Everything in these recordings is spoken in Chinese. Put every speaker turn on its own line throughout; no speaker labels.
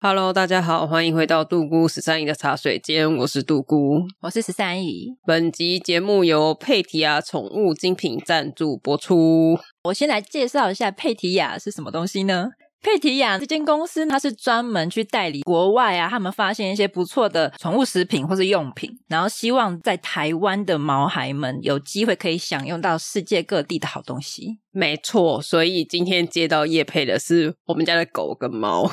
Hello，大家好，欢迎回到杜姑十三姨的茶水间，我是杜姑。
我是十三姨。
本集节目由佩提亚宠物精品赞助播出。
我先来介绍一下佩提亚是什么东西呢？佩提亚这间公司，它是专门去代理国外啊，他们发现一些不错的宠物食品或是用品，然后希望在台湾的毛孩们有机会可以享用到世界各地的好东西。
没错，所以今天接到叶配的是我们家的狗跟猫。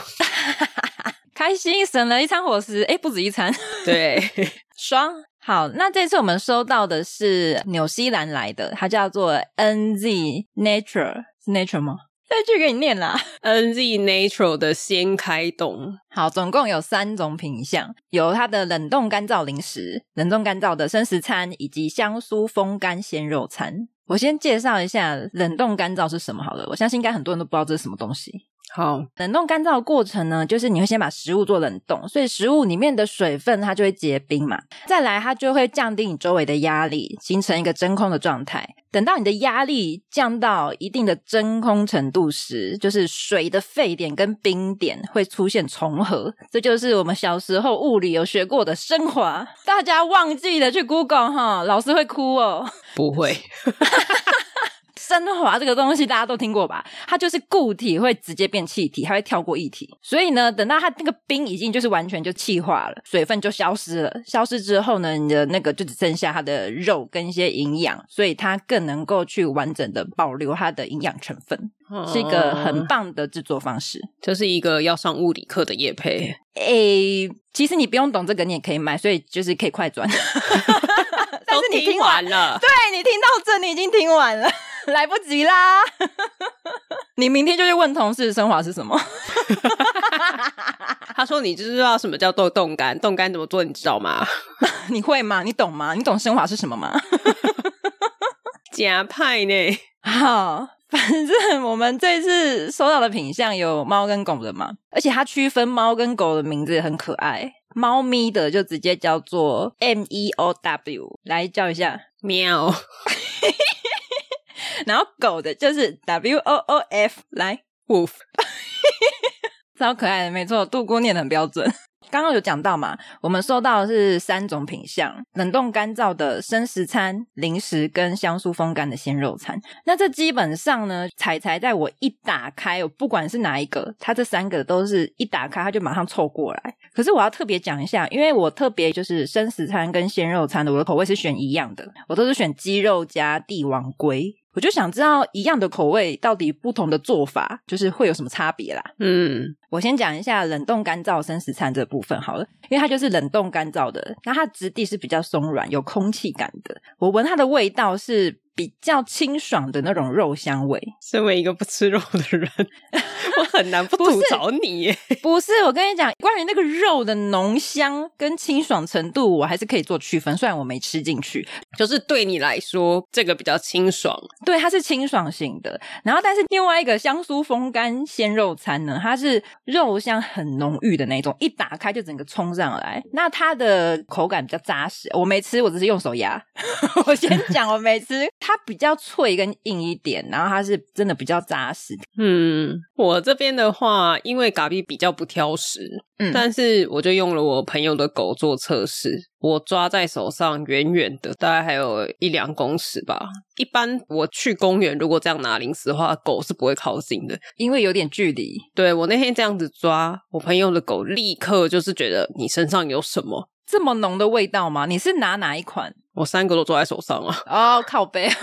开心，省了一餐伙食，诶，不止一餐，
对，
爽。好，那这次我们收到的是纽西兰来的，它叫做 NZ Nature，是 Nature 吗？再去给你念啦。
NZ Natural 的先开动，
好，总共有三种品相，有它的冷冻干燥零食、冷冻干燥的生食餐，以及香酥风干鲜肉餐。我先介绍一下冷冻干燥是什么好了，我相信应该很多人都不知道这是什么东西。
好，
冷冻干燥的过程呢，就是你会先把食物做冷冻，所以食物里面的水分它就会结冰嘛，再来它就会降低你周围的压力，形成一个真空的状态。等到你的压力降到一定的真空程度时，就是水的沸点跟冰点会出现重合，这就是我们小时候物理有学过的升华。大家忘记了去 Google 哈，老师会哭哦。
不会，
升华这个东西大家都听过吧？它就是固体会直接变气体，它会跳过液体。所以呢，等到它那个冰已经就是完全就气化了，水分就消失了。消失之后呢，你的那个就只剩下它的肉跟一些营养，所以它更能够去完整的保留它的营养成分，是一个很
哦，
棒的制作方式。
就是一个要上物理课的叶配。
诶、其实你不用懂这个，你也可以买，所以就是可以快转。但
都
是你
听
听完
完 了，
对你听到这，你已经听完了， 来不及啦。 你明天就去问同事升华是什么？
他说你知道什么叫做冻干，冻干怎么做你知道吗？
你会吗？你懂吗？你懂升华是什么吗？
假派呢？
好，反正我们这次收到的品相有猫跟狗的嘛，而且它区分猫跟狗的名字也很可爱。猫咪的就直接叫做 M E O W，来叫一下。
喵，
然后狗的就是 W O O F，来，
Woof
超可爱的，没错，杜姑念的很标准。刚刚有讲到嘛，我们收到的是三种品相：冷冻干燥的生食餐、零食跟香酥风干的鲜肉餐。那这基本上呢，彩彩在我一打开，我不管是哪一个，它这三个都是一打开它就马上凑过来。可是我要特别讲一下，因为我特别就是生食餐跟鲜肉餐的，我的口味是选一样的，我都是选鸡肉加帝王龟。我就想知道一样的口味到底不同的做法，就是会有什么差别啦。
嗯，
我先讲一下冷冻干燥生食餐这部分好了，因为它就是冷冻干燥的，那它质地是比较松软，有空气感的。我闻它的味道是比较清爽的那种肉香味，
身为一个不吃肉的 人，我很难不
不是
吐槽你耶。
不是我跟你讲，关于那个肉的浓香跟清爽程度，我还是可以做区分，虽然我没吃进去。
就是对你来说，这个比较清爽，
对，它是清爽型的。然后，但是另外一个香酥风干鲜肉餐呢，它是肉香很浓郁的那种，一打开就整个冲上来。那它的口感比较扎实，我没吃，我只是用手压。 我先讲，我没吃，它比较脆跟硬一点，然后它是真的比较扎实。
嗯，我这边的话，因为嘎比比较不挑食，
嗯
但是我就用了我朋友的狗做测试，我抓在手上远远的，大概还有一两公尺吧。一般我去公园，如果这样拿零食的话，狗是不会靠近的。
因为有点距离，
对我那天这样子抓，我朋友的狗立刻就是觉得你身上有什么，
这么浓的味道吗？你是拿哪一款？
我三个都抓在手上啊。
哦，靠背。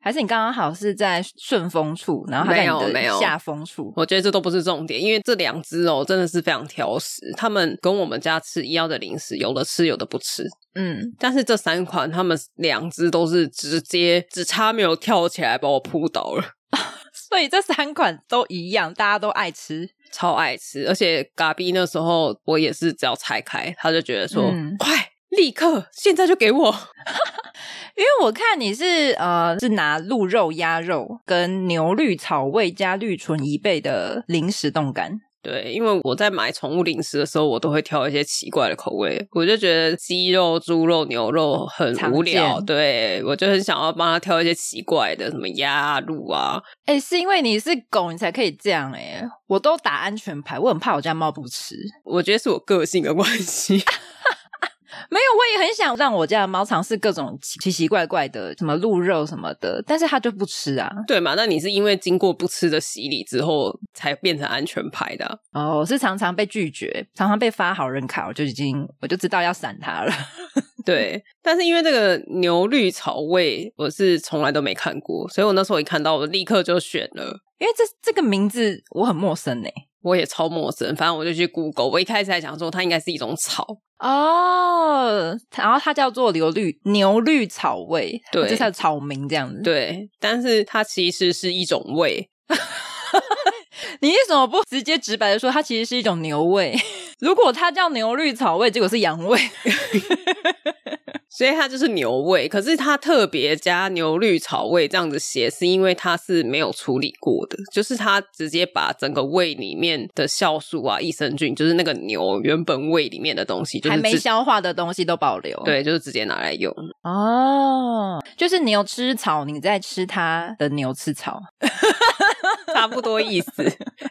还是你刚刚好是在顺风处，然后它在你
没
的
有没有
下风处？
我觉得这都不是重点，因为这两只哦真的是非常挑食，它们跟我们家吃一样的零食，有的吃，有的不吃。
嗯，
但是这三款，它们两只都是直接只差没有跳起来把我扑倒了，
所以这三款都一样，大家都爱吃。
超爱吃。而且嘎比那时候我也是只要拆开，他就觉得说、
嗯
快。立刻，现在就给我！
因为我看你是呃是拿鹿肉、鸭肉跟牛绿草味加绿醇一倍的零食冻干，
对，因为我在买宠物零食的时候，我都会挑一些奇怪的口味。我就觉得鸡肉、猪肉、牛肉很
常
无聊，
见
对我就很想要帮他挑一些奇怪的，什么鸭啊、鹿啊，
哎、是因为你是狗，你才可以这样哎、我都打安全牌，我很怕我家猫不吃。
我觉得是我个性的关系。
没有，我也很想让我家的猫尝试各种奇奇奇怪怪的，什么鹿肉什么的，但是它就不吃啊。
对嘛？那你是因为经过不吃的洗礼之后，才变成安全牌的啊、
哦，是常常被拒绝，常常被发好人卡，我就已经我就知道要闪它了。
对，但是因为这个牛绿草味，我是从来都没看过，所以我那时候一看到，我立刻就选了。
因为这这个名字我很陌生呢、
我也超陌生，反正我就去 Google。我一开始还想说它应该是一种草，
哦，然后它叫做牛绿牛绿草味，
对
就是它的草名这样子。，
对，但是它其实是一种味。
你为什么不直接直白的说它其实是一种牛 味？如果它叫牛绿草味，结果是羊味，
所以它就是牛味，可是它特别加牛绿草味这样子写，是因为它是没有处理过的，就是它直接把整个胃里面的酵素啊、益生菌，就是那个牛原本胃里面的东西，就是
还没
直
消化的东西都保留。
对，就是直接拿来用。
哦，就是牛吃草，你在吃它的牛吃草，
差不多意思，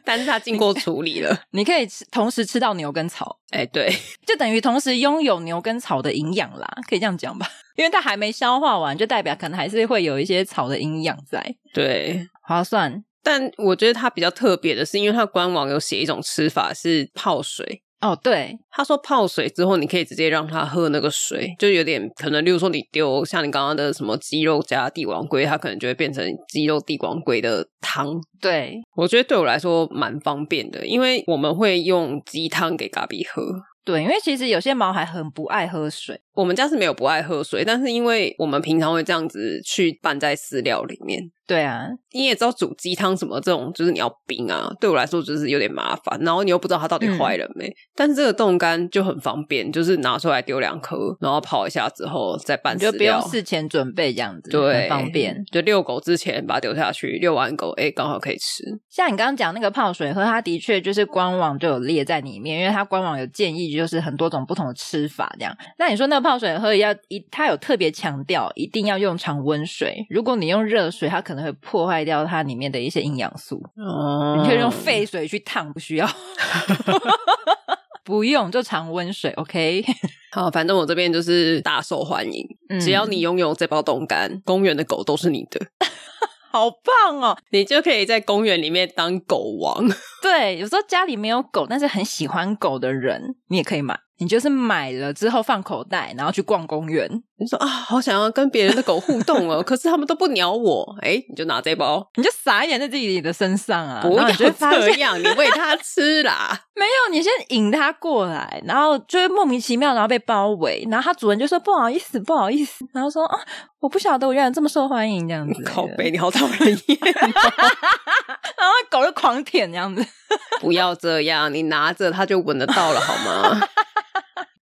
但是它经过处理了。
你可以吃同时吃到牛跟草，
哎、对，
就等于同时拥有牛跟草的营养啦，可以这样讲吧？ 因为它还没消化完，就代表可能还是会有一些草的营养在。
对。
划算
但我觉得它比较特别的是，因为它官网有写一种吃法是泡水。
哦，对，
他说泡水之后，你可以直接让它喝那个水，就有点可能，例如说你丢像你刚刚的什么鸡肉加帝王龟，它可能就会变成鸡肉帝王龟的汤。
对，
我觉得对我来说蛮方便的，因为我们会用鸡汤给嘎比喝，
对，因为其实有些猫还很不爱喝水，
我们家是没有不爱喝水，但是因为我们平常会这样子去拌在饲料里面。
对啊，
你也知道煮鸡汤什么这种，就是你要冰啊，对我来说就是有点麻烦。然后你又不知道它到底
嗯
坏了没，但是这个冻干就很方便，就是拿出来丢两颗，然后泡一下之后再拌
你
饲
就不用
料，
事前准备这样子，
对，
很方便。。
就遛狗之前把它丢下去，遛完狗哎刚好可以吃。
像你刚刚讲那个泡水喝，它的确就是官网就有列在里面，因为它官网有建议，就是很多种不同的吃法这样。那你说那个泡水喝要一，它有特别强调一定要用常温水，如果你用热水，它可能会破坏掉它里面的一些营养素。
哦
你可以用沸水去烫，不 需要， 不用就常温水，OK？
好，反正我这边就是大受欢迎，
嗯
只要你拥有这包冻干，公园的狗都是你的，
好棒哦，
你就可以在公园里面当狗王。
对，有时候家里没有狗，但是很喜欢狗的人，你也可以买。你就是买了之后放口袋，然后去逛公园，
你说啊，好想要跟别人的狗互动哦， 可是他们都不鸟我。哎，你就拿这包，
你就撒一点在自己的身上啊，
不
然
要
后你就会发
这
现
样，你喂它吃啦。
没有，你先引它过来，然后就会莫名其妙，然后被包围，然后它主人就说不好意思，不好意思，然后说啊，我不晓得我原来这么受欢迎这样子，
靠 背，你好讨人厌。
然后狗就狂舔这样子，
不要这样，你拿着它就闻得到了，好吗？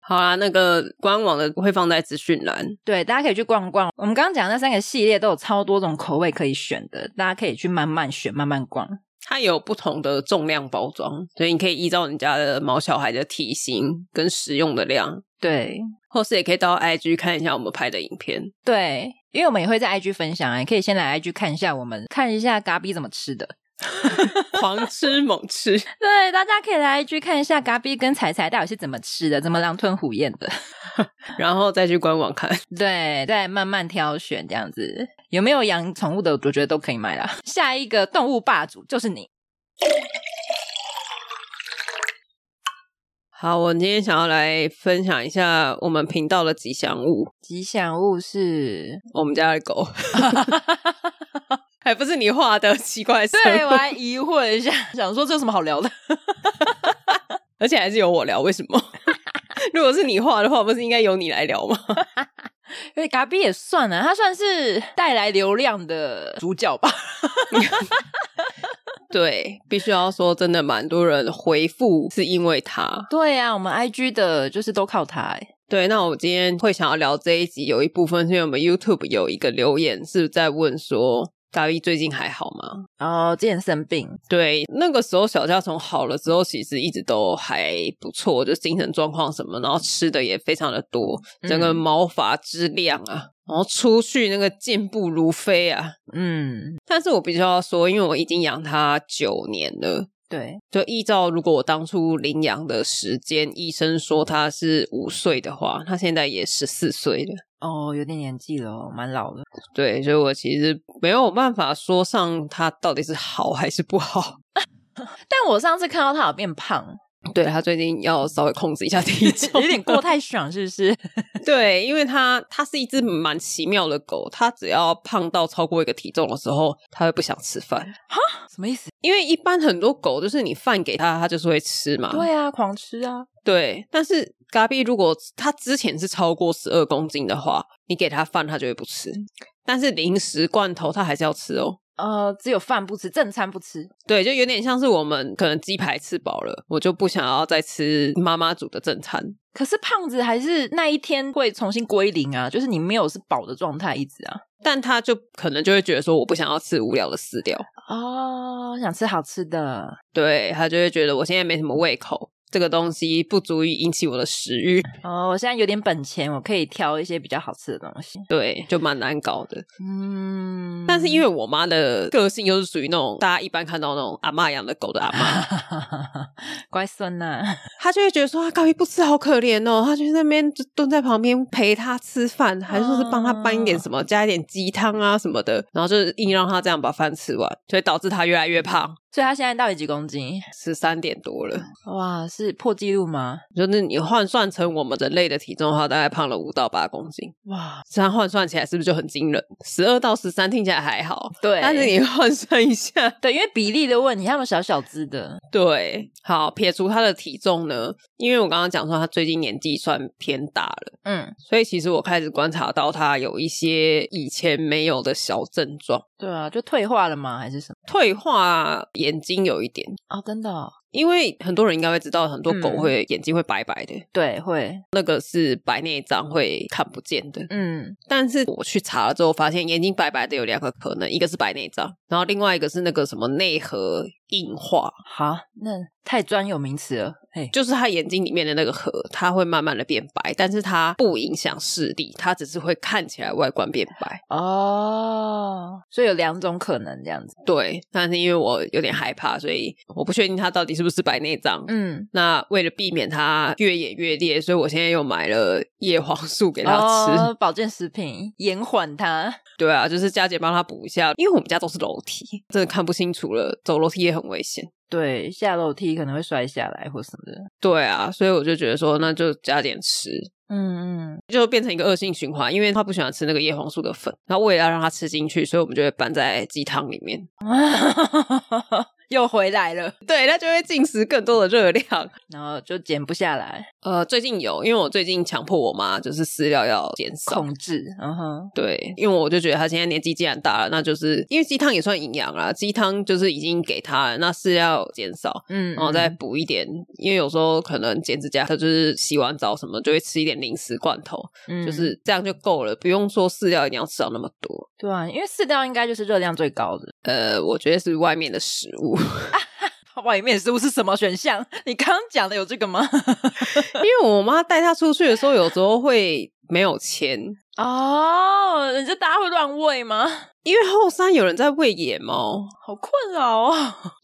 好啦，那个官网的会放在资讯栏。
对，大家可以去逛逛。我们刚刚讲的那三个系列都有超多种口味可以选的，大家可以去慢慢选，慢慢逛。
它有不同的重量包装，所以你可以依照你家的毛小孩的体型跟食用的量，
对，
或是也可以到 IG 看一下我们拍的影片。
对，因为我们也会在 IG 分享啊，你可以先来 IG 看一下我们看一下嘎比怎么吃的。
狂吃猛吃，
对，大家可以来 IG 看一下嘎比跟彩彩到底是怎么吃的，怎么狼吞虎咽的。
然后再去官网看。
对，再慢慢挑选这样子。有没有养宠物的，我觉得都可以买啦。 下一个动物霸主就是你，
好，我今天想要来分享一下我们频道的吉祥物，
吉祥物是
我们家的狗。 还不是你画的奇怪生
对，我
物，
还疑惑一下，想说这有什么好 聊的？
而且还是由我聊，为什么？ 如果是你画的话，不是应该由你来聊吗？
因为嘎比也算了，他算是带来流量的主角吧。
对，必须要说，真的蛮多人回复是因为他。
对啊，我们 IG 的就是都靠他、欸。
对，那我今天会想要聊这一集，有一部分是因为我们 YouTube 有一个留言是在问说，大一最近还好吗？
然后之前生病，
对，那个时候小甲虫好了之后，其实一直都还不错，就精神状况什么，然后吃的也非常的多，整个
嗯
毛发质量啊，然后出去那个健步如飞啊。
嗯，
但是我必须要说，因为我已经养它九年了。
对，
就依照如果我当初领养的时间，医生说他是五岁的话，他现在也十四岁了。
哦，有点年纪了哦，蛮老了。
对，所以我其实没有办法说上他到底是好还是不好。
但我上次看到他有变胖，
对他最近要稍微控制一下体重，
有点过太爽，是不是？
对，因为它它是一只蛮奇妙的狗，它只要胖到超过一个体重的时候，它会不想吃饭。
什么意思？
因为一般很多狗就是你饭给它，它就是会吃嘛。
对啊，狂吃啊！
对，但是嘎比如果它之前是超过十二公斤的话，你给它饭它就会不吃，但是零食罐头它还是要吃哦。
呃，只有饭不吃，正餐不吃。
对，就有点像是我们可能鸡排吃饱了，我就不想要再吃妈妈煮的正餐。
可是胖子还是那一天会重新归零啊，就是你没有是饱的状态一直啊。
但它就可能就会觉得说，我不想要吃无聊的饲料，
哦，想吃好吃的，
对它就会觉得我现在没什么胃口，这个东西不足以引起我的食欲，
哦，我现在有点本钱，我可以挑一些比较好吃的东西。
对，就蛮难搞的。
嗯，
但是因
为
为我妈的个性又是属于那种大家一般看到那种阿嬷养的狗的阿嬷，
乖孙呐、
他就会觉得说，他啊高一不吃好可怜哦，他就在那边就蹲在旁边陪他吃饭，还说是帮他搬一点什么，加一点鸡汤啊什么的，然后就是硬让他这样把饭吃完，所以导致他越来越胖，
所以他现在到底几公斤？
十三点多了。
哇，是破纪录吗？
就是你换算成我们人类的体重的话，大概胖了五到八公斤，
哇，
这样换算起来是不是就很惊人？十二到十三听起来还好，
对，
但是你换算一下，
对，因为比例的问题，他们小小只的，
对，好，撇除他的体重呢，因为我刚刚讲说他最近年纪算偏大了。
嗯，
所以其实我开始观察到他有一些以前没有的小症状，
对啊，就退化了吗？还是什么？
退化眼睛有一点，
哦，真的、哦，
因为很多人应该会知道，很多狗
嗯
会、眼睛会白白的，
对，会，
那个是白内障会看不见的。
嗯，
但是我去查了之后，发现眼睛白白的有两个可能，一个是白内障，然后另外一个是那个什么内核硬化，
好，那太专有名词了，嘿，
就是他眼睛里面的那个核，它会慢慢的变白，但是它不影响视力，它只是会看起来外观变白。
哦，所以有两种可能这样子，
对，但是因为我有点害怕，所以我不确定它到底是不是白内障。
嗯，
那为了避免它越演越烈，所以我现在又买了叶黄素给它吃。
哦、保健食品延缓它，
对啊，就是佳姐帮它补一下，因为我们家都是楼梯，真的看不清楚了，走楼梯也很危险。
对，下楼梯可能会摔下来或什么的，
对啊，所以我就觉得说，那就加点吃，
嗯嗯，
就变成一个恶性循环。因为它不喜欢吃那个叶黄素的粉，然后为了要让它吃进去，所以我们就会拌在鸡汤里面，
嗯 又回来了，
对，它就会进食更多的热量。
然后就减不下来，
呃，最近有，因为我最近强迫我妈就是饲料要减少。
控制，嗯哼，
对，因为我就觉得她现在年纪既然大了，那就是因为鸡汤也算营养啦，鸡汤就是已经给她了，那饲料减少，
嗯，
然后再
嗯
补一点，因为有时候可能剪指甲，她就是洗完澡什么就会吃一点零食罐头，
嗯
就是这样就够了，不用说饲料一定要吃到那么多。
对啊，因为饲料应该就是热量最高的。
呃，我觉得是外面的食物，
外面食物是什么选项？ 你刚刚讲的有这个吗？
因为我妈带她出去的时候，有时候会没有钱，
哦，人家大家会乱喂吗？
因为后山有人在喂野猫，
好困扰哦。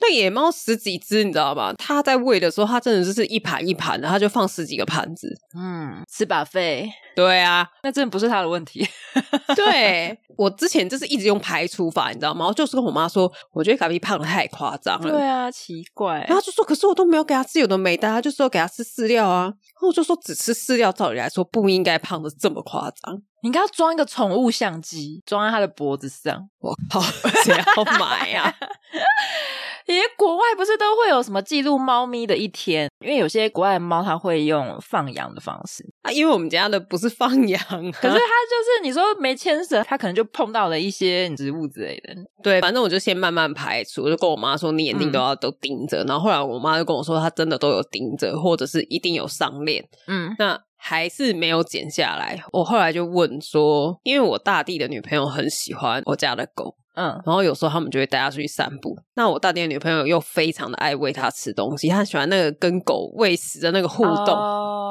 那野猫十几只，你知道吗？它在喂的时候，它真的就是一盘一盘的，它就放十几个盘子。
嗯，吃把费，
对啊，
那真的不是他的问题。啊
对我之前就是一直用排除法，你知道吗？我就是跟我妈说，我觉得卡比胖的太夸张了。
啊，奇怪
然后她就说，可是我都没有给它吃有的没的啊，她就说给它吃饲料啊。然后我就说，只吃饲料，照理来说不应该胖的这么夸张。
你应该要装一个宠物相机，装在他的脖子这样。
我靠， 谁要买啊？
因为国外不是都会有什么记录猫咪的一天？因为有些国外的猫它会用放养的方式，
啊，因为我们家的不是放养、啊
可是它就是你说没牵绳，它可能就碰到了一些植物之类的。
对，反正我就先慢慢排除，我就跟我妈说你眼
嗯
睛都要都盯着，然后后来我妈就跟我说她真的都有盯着，或者是一定有上链，
嗯
那还是没有剪下来。我后来就问说，因为我大弟的女朋友很喜欢我家的狗，
嗯，
然后有时候他们就会带它出去散步。那我大弟的女朋友又非常的爱喂它吃东西，她很喜欢那个跟狗喂食的那个互动。
哦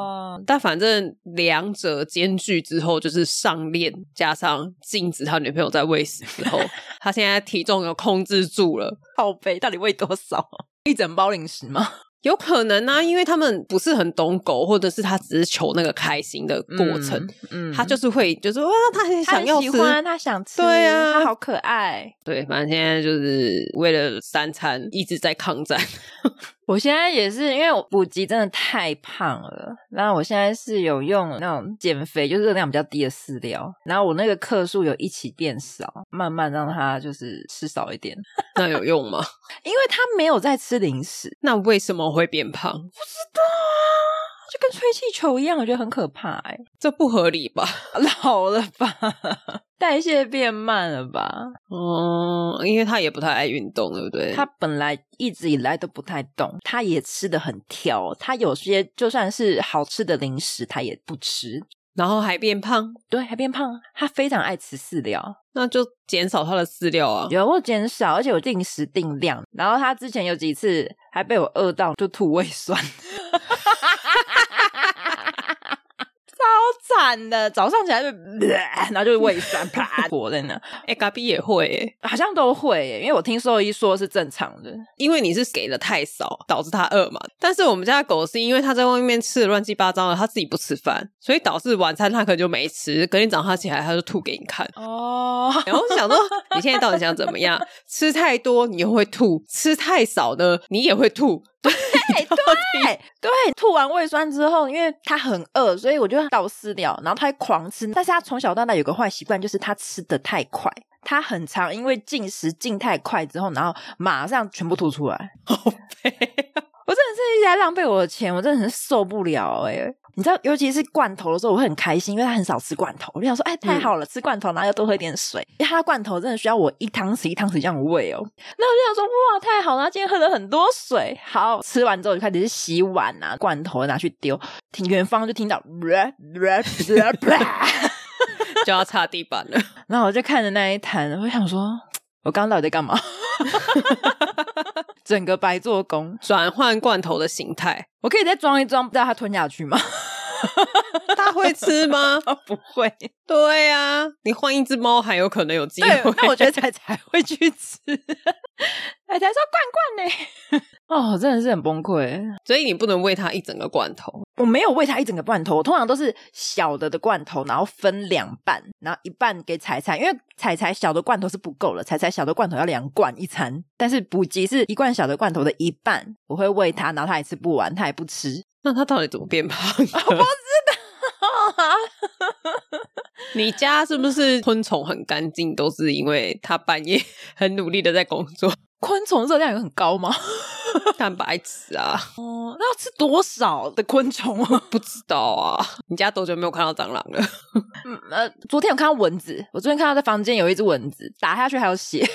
但反正两者兼具之后，就是上链加上禁止他女朋友在喂食之 后，他现在体重有控制住了。
靠背到底喂多少？一整包零食吗？
有可能啊，因为他们不是很懂狗，或者是他只是求那个开心的过程，
嗯，嗯
他就是会就是哇，他很
他
想
很
要
喜
吃，
欢，他想吃，
对啊
他好可爱。
对，反正现在就是为了三餐一直在抗战。
我现在也是，因为我补给真的太胖了，然后我现在是有用那种减肥，就是热量比较低的饲料，然后我那个克数有一起变少，慢慢让它就是吃少一点，
那有用吗？
因为它没有在吃零食，
那为什么会变胖？
就跟吹气球一样，我觉得很可怕哎、
这不合理吧？
老了吧，代谢变慢了吧？
哦、因为他也不太爱运动，对不对？
他本来一直以来都不太懂，他也吃的很挑，他有些就算是好吃的零食，他也不吃。
然后还变胖，
对，还变胖，他非常爱吃饲料，
那就减少他的饲料啊。
有我减少，而且我定时定量。然后他之前有几次还被我饿到就吐胃 酸，超惨的。早上起来就，然后就胃酸啪 我在那，
哎、嘎比也会、欸，
好像都会耶，因为我听兽医说是正常的。
因为你是给的太少，导致它饿嘛。但是我们家的狗是因为它在外面吃的乱七八糟的，它自己不吃饭，所以导致晚餐它可能就没吃，隔天早上它起来它就吐给你看。
哦，
然后我想说， 你现在到底想怎么样？吃太多你又会吐，吃太少呢你也会吐。对对，
对 对，吐完胃酸之后，因为他很饿，所以我就倒饲料，然后他还狂吃。但是他从小到大有个坏习惯，就是他吃的太快。他很常因为进食进太快之后，然后马上全部吐出来。
好悲。啊
我真的是一直在浪费我的钱，我真的很受不了哎、你知道，尤其是罐头的时候，我会很开心，因为他很少吃罐头。我就想说，
嗯
哎，太好了，吃罐头，然后又多喝一点水。因为他的罐头真的需要我一汤匙一汤匙这样喂哦。那我就想说，哇，太好了，他今天喝了很多水。好，吃完之后就开始去洗碗啊，罐头拿去丢。听远方就听到，
就要擦地板了。
然后我就看着那一摊，我想说，我刚刚到底在干嘛？ 整个白做工，
转换罐头的形态，
我可以再装一装，不知道它吞下去吗？
它会吃吗？
啊，不会。
对啊，你换一只猫还有可能有机
对，
会。
那我觉得才才会去吃， 才才说罐罐呢。 哦，真的是很崩溃。
所以你不能喂它一整个罐头。
我没有喂它一整个罐头，我通常都是小的的罐头，然后分两半，然后一半给彩彩，因为彩彩小的罐头是不够了，彩彩小的罐头要两罐一餐，但是补给是一罐小的罐头的一半，我会喂它，然后它也吃不完，它也不吃。
那它到底怎么变胖的？
啊
你家是不是昆虫很干净？都是因为它半夜 很努力的在工作，
昆虫热量有很高吗？
蛋白质啊，
哦，那要吃多少的昆虫啊？
不知道啊。你家多久没有看到蟑螂了？
嗯呃，昨天有看到蚊子，我昨天看到在房间有一只蚊子，打下去还有 血，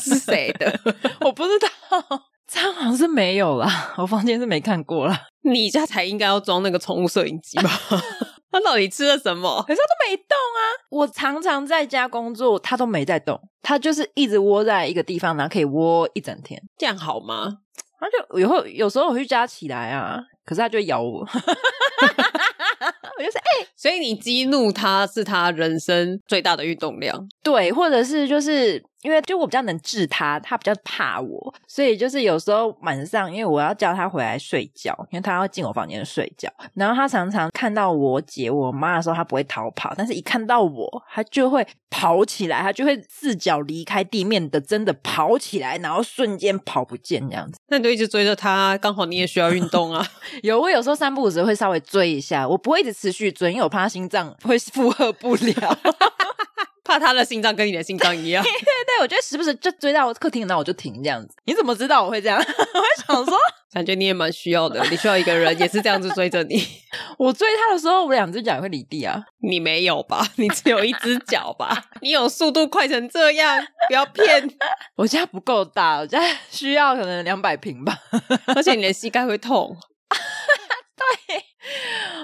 是谁的？
我不知道。蟑螂是没有啦，我房间是没看过啦，
你家才应该要装那个宠物摄影机吧？ 它到底吃了什么？
可是它都没动啊。我常常在家工作，它都没在动，它就是一直窝在一个地方，然后可以窝一整天。
这样好吗？
它就有会有时候我去抓起来啊，可是它就会咬我，我 就是哎、
所以你激怒它是它人生最大的运动量。
对，或者是就是因为就我比较能治它，它比较怕我，所以就是有时候晚上，因为我要叫它回来睡觉，因为它要进我房间睡觉，然后它常常看到我姐我妈的时候，它不会逃跑，但是一看到我，它就会跑起来，它就会四脚离开地面的，真的跑起来，然后瞬间跑不见这样子。
那你就一直追着它，刚好你也需要运动啊。
有我有时候散步的时候会 稍微追一下，我不会一直持续追，因为我怕它心脏会负荷不了。
怕他的心脏跟你的心脏一样。
对，我觉得时不时就追到客厅，然后我就停这样子。你怎么知道我会这样？我 会想说，
感觉你也蛮需要的，你需要一个人也是这样子追着你。
我追他的时候，我两只脚也会离地啊。
你没有吧？你只有一只脚吧？你有速度快成这样，不要骗。
我家不够大，我家需要可能两百平吧。
而且你的膝盖会痛。
对，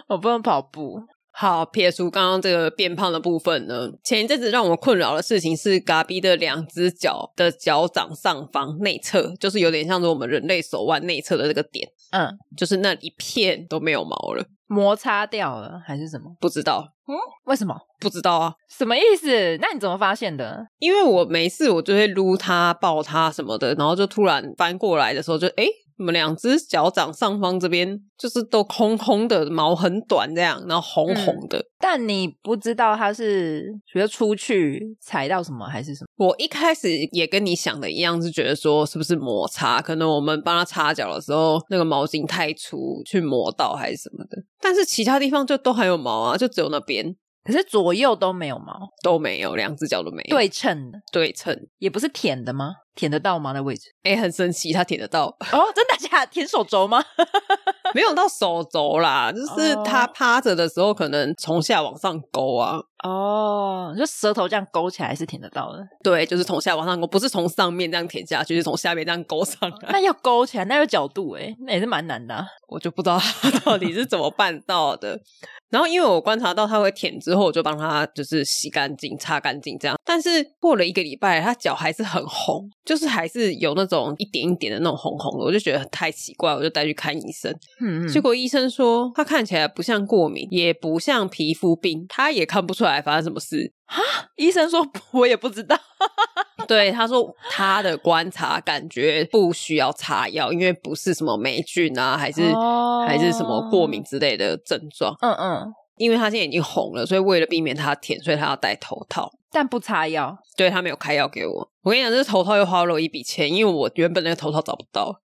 我不能跑步。
好，撇除刚刚这个变胖的部分呢，前一阵子让我困扰的事情是，嘎比的两只脚的脚掌上方内侧，就是有点像是我们人类手腕内侧的这个点，
嗯，
就是那一片都没有毛了，
摩擦掉了还是什么？
不知道，
嗯，为什么？
不知道啊，
什么意思？那你怎么发现的？
因为我没事，我就会撸它、抱它什么的，然后就突然翻过来的时候就，诶，我们两只脚掌上方这边就是都空空的，毛很短这样，然后红红的。
但你不知道他是，比如出去踩到什么还是什么？
我一开始也跟你想的一样，是觉得说是不是摩擦？可能我们帮它擦脚的时候，那个毛巾太粗去磨到还是什么的。但是其他地方就都还有毛啊，就只有那边
可是左右都没有毛，
都没有，两只脚都没有
对称的，
对称。
也不是舔的吗？舔得到吗？那位置？
哎、很神奇，它舔得到，
哦，真的假的？舔手肘吗？
没有到手肘啦，就是
哦
它趴着的时候，可能从下往上勾啊，
哦，就舌头这样勾起来是舔得到的。
对，就是从下往上勾，不是从上面这样舔下去，是从下面这样勾上来。
那要勾起来，那有角度诶、那也是蛮难的啊、
我就不知道他到底是怎么办到的。然后因为我观察到他会舔之后，我就帮他就是洗干净、擦干净这样。但是过了一个礼拜，他脚还是很红，就是还是有那种一点一点的那种红红的，我就觉得太奇怪，我就带去看医生。
嗯
结果医生说他看起来不像过敏，也不像皮肤病，他也看不出来发生什么事。
医生说我也不知道，
对，他说他的观察感觉不需要擦药，因为不是什么霉菌啊，还是、
哦
还是什么过敏之类的症状。
嗯嗯，
因为他现在已经红了，所以为了避免他舔，所以他要戴头套。
但不擦药。
对他没有开药给我，我跟你讲，这头套又花了我一笔钱，因为我原本那个头套找不到，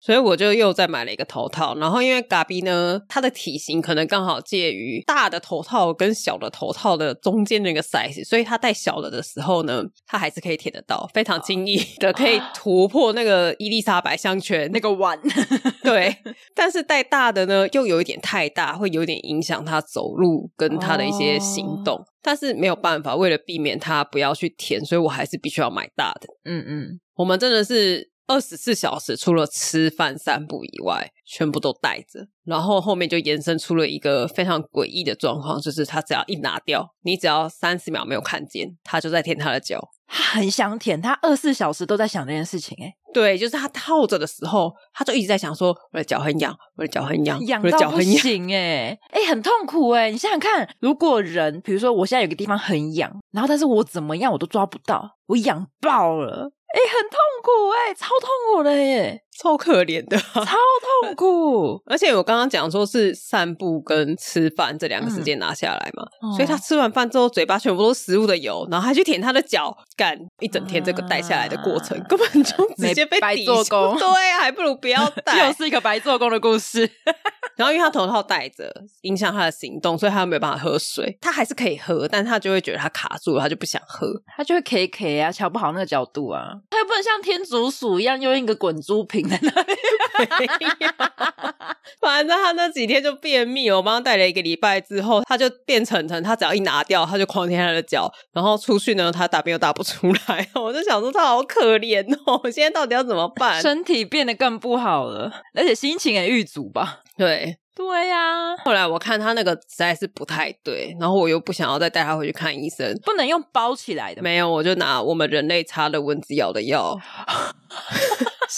所以我就又再买了一个头套。然后因为嘎比呢，它的体型可能刚好介于大的头套跟小的头套的中间那个 size，所以它戴小的的时候呢，它还是可以舔得到，非常轻易的可以突破那个伊丽莎白项圈
那个碗，
对，但是带大的呢，又有一点太大，会有点影响他走路跟他的一些行
哦
动。但是没有办法，为了避免他不要去舔，所以我还是必须要买大的。
嗯嗯，
我们真的是二十四小时，除了吃饭、散步以外，全部都带着。然后后面就延伸出了一个非常诡异的状况，就是他只要一拿掉，你只要三十秒没有看见，他就在舔他的脚。
他很想舔，他二十四小时都在想这件事情、欸，
对，就是他套着的时候，他就一直在想说：“我的脚很痒，我的脚很痒，
痒
哦我的
到
脚
不
很痒。”
行哎、欸、哎、很痛苦哎、你想想看，如果人，比如说我现在有个地方很痒，然后但是我怎么样我都抓不到，我痒爆了，哎、很痛苦哎、超痛苦的耶、
超可怜的、啊
超痛苦
。而且我刚刚讲说是散步跟吃饭这两个时
嗯
间拿下来嘛，所
哦
以他吃完饭之后嘴巴全部都是食物的油，然后还去舔他的脚，干一整天这个带下来的过程、
啊
根本就直接被
没白
抵
做
触
工
对啊，还不如不 要带
又。是一个白做工的故 事，
然后因为他头套戴着，影响他的行动，所以他没有办法喝水。他还是可以喝，但他就会觉得他卡住了，他就不想喝。
他就会 K K 啊，瞧不好那个角度啊，他又不能像天竺鼠一样用一个滚珠瓶在那里。
没有， 反正他那几天就便秘，我帮他带了一个礼拜之后，他就变成成，他只要一拿掉，他就狂舔他的脚，然后出去呢，他大便又大不出来，我就想说他好可怜哦，现在到底要怎么 办？
身体变得更不好了，而且心情也郁卒吧。
对，
对呀、
后来我看他那个实在是不太对，然后我又不想要再带他回去看医生，
不能用包起来的吗，
没有，我就拿我们人类擦的蚊子咬的药。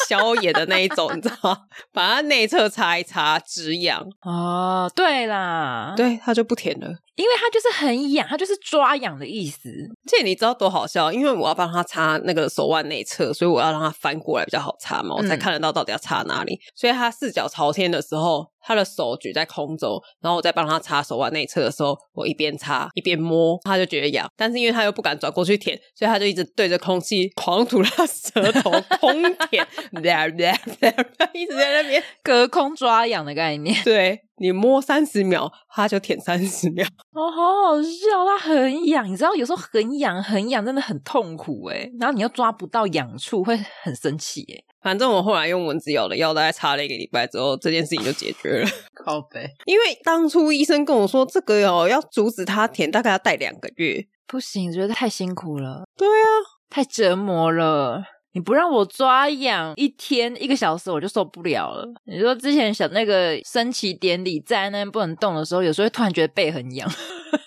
消炎的那一种，你知道吗，把它内侧擦一擦，止痒，
哦，对啦，
对，它就不舔了。
因为它就是很痒，它就是抓痒的意思。
这你知道多好笑？因为我要帮他擦那个手腕内侧，所以我要让他翻过来比较好擦嘛，我才
嗯
看得到到底要擦哪里。所以他四脚朝天的时候，他的手举在空中，然后我在帮他擦手腕内侧的时候，我一边擦一边摸，他就觉得痒，但是因为他又不敢转过去舔，所以他就一直对着空气 狂吐他舌头，空舔， 一直在那边。
隔空抓痒的概念，
对你摸三十秒，他就舔三十秒。
哦，好好笑，它很痒，你知道有时候很痒很痒，真的很痛苦哎、然后你又抓不到痒处，会很生气哎、
反正我后来用蚊子咬的药，大概擦了一个礼拜之后，这件事情就解决了。
靠背，
因为当初医生跟我说，这个哦要阻止他舔，大概要戴两个月。
不行，觉得太辛苦了，
对啊，
太折磨了。你不让我抓痒，一天一个小时我就受不了了。你说之前小那个升旗典礼在那边不能动的时候，有时候会突然觉得背很痒，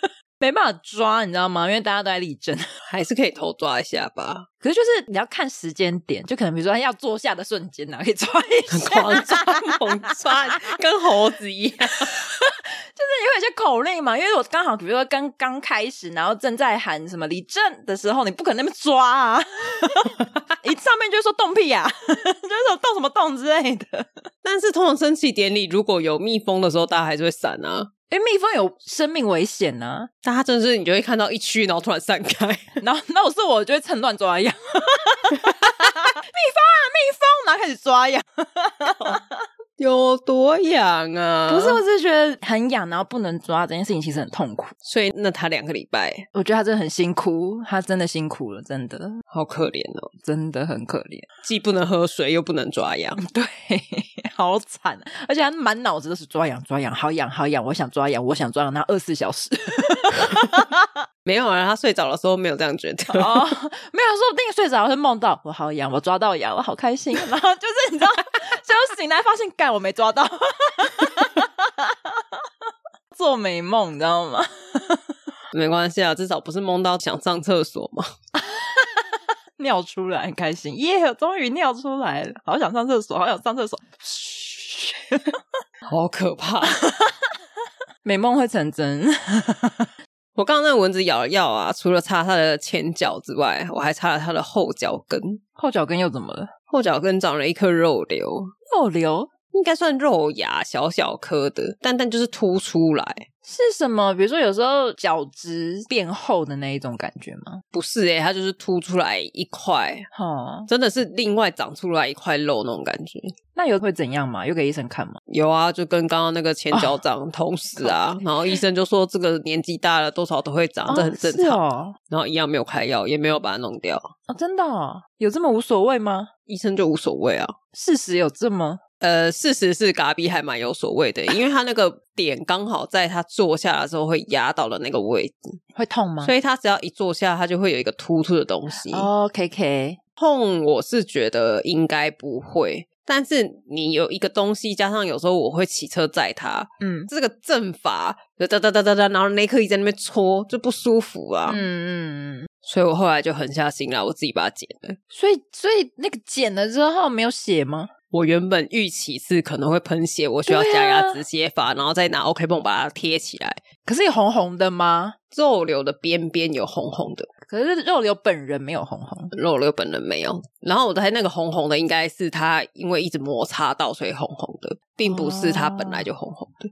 没办法抓，你知道吗？因为大家都在立正。
还是可以头抓一下吧，
可是就是你要看时间点，就可能比如说要坐下的瞬间啊哪可以抓一下，
狂抓猛抓，跟猴子一样。
就是有一些口令嘛，因为我刚好比如说刚刚开始，然后正在喊什么李正的时候，你不可能那么抓啊， 一上面就说动屁呀、啊， 就是说动什么动之类的。
但是通常升旗典礼如果有蜜蜂的时候，大家还是会闪啊。
因为蜜蜂有生命危险呐、
大家真的是你就会看到一区，然后突然散开，
然后那我是我就会趁乱抓 痒，蜜蜂啊蜜蜂，然后开始抓痒，
有多痒啊？
不是，我，只是觉得很痒，然后不能抓这件事情其实很痛苦，
所以那他两个礼拜
我觉得他真的很辛苦，他真的辛苦了，真的
好可怜哦，
真的很可怜，
既不能喝水，又不能抓痒。
对，好惨啊，而且他满脑子都是抓痒抓痒，好痒好痒，我想抓痒，我想抓痒，那二十四小时。
没有啊，他睡着的时候没有这样觉得。
哦，没有，说不定睡着会梦到我好痒，我抓到痒，我好开心。啊 然后就是你知道，就醒来发现，干我没抓到，做美梦，你知道吗？
没关系啊，至少不是梦到想上厕所嘛。
尿出来很开心，耶、我终于尿出来了，好想上厕所，好想上厕所。
好可怕！
美梦会成真，
我刚刚那蚊子咬的药啊，除了擦它的前脚之外，我还擦了它的后脚跟。
后脚跟又怎么了？
后脚跟长了一颗肉瘤，
肉瘤
应该算肉芽，小小颗的，但但就是凸出来。
是什么？比如说有时候角质变厚的那一种感觉吗？
不是诶、它就是凸出来一块，
哦，
真的是另外长出来一块肉那种感觉。
那有会怎样嘛？有给医生看吗？
有啊，就跟刚刚那个前脚掌同时啊，然后医生就说这个年纪大了多少都会长，这很正
哦是
常。
哦
然后一样没有开药，也没有把它弄掉，
哦，真的、哦、有这么无所谓吗？
医生就无所谓啊。
事实有这么
呃，事实是嘎比还蛮有所谓的，因为他那 个点刚好在他坐下的时候会压到了那个位置，
会痛吗？
所以他只要一坐下，他就会有一个突出的东西。
哦，K K，
痛，我是觉得应该不会。但是你有一个东西，加上有时候我会骑车载他，
嗯
这个阵法哒哒哒哒哒哒，然后那一刻一直在那边搓，就不舒服啊。
嗯嗯嗯，
所以我后来就狠下心来，我自己把它剪了。
所以所以那个剪了之后没有血吗？
我原本预期是可能会喷血，我需要
对啊
加压止血法，然后再拿 OK 绷把它贴起来。
可是有红红的吗？
肉瘤的边边有红红的，
可是肉瘤本人没有红红，
肉瘤本人没有。然后我猜那个红红的应该是它因为一直摩擦到，所以红红的，并不是它本来就红红的。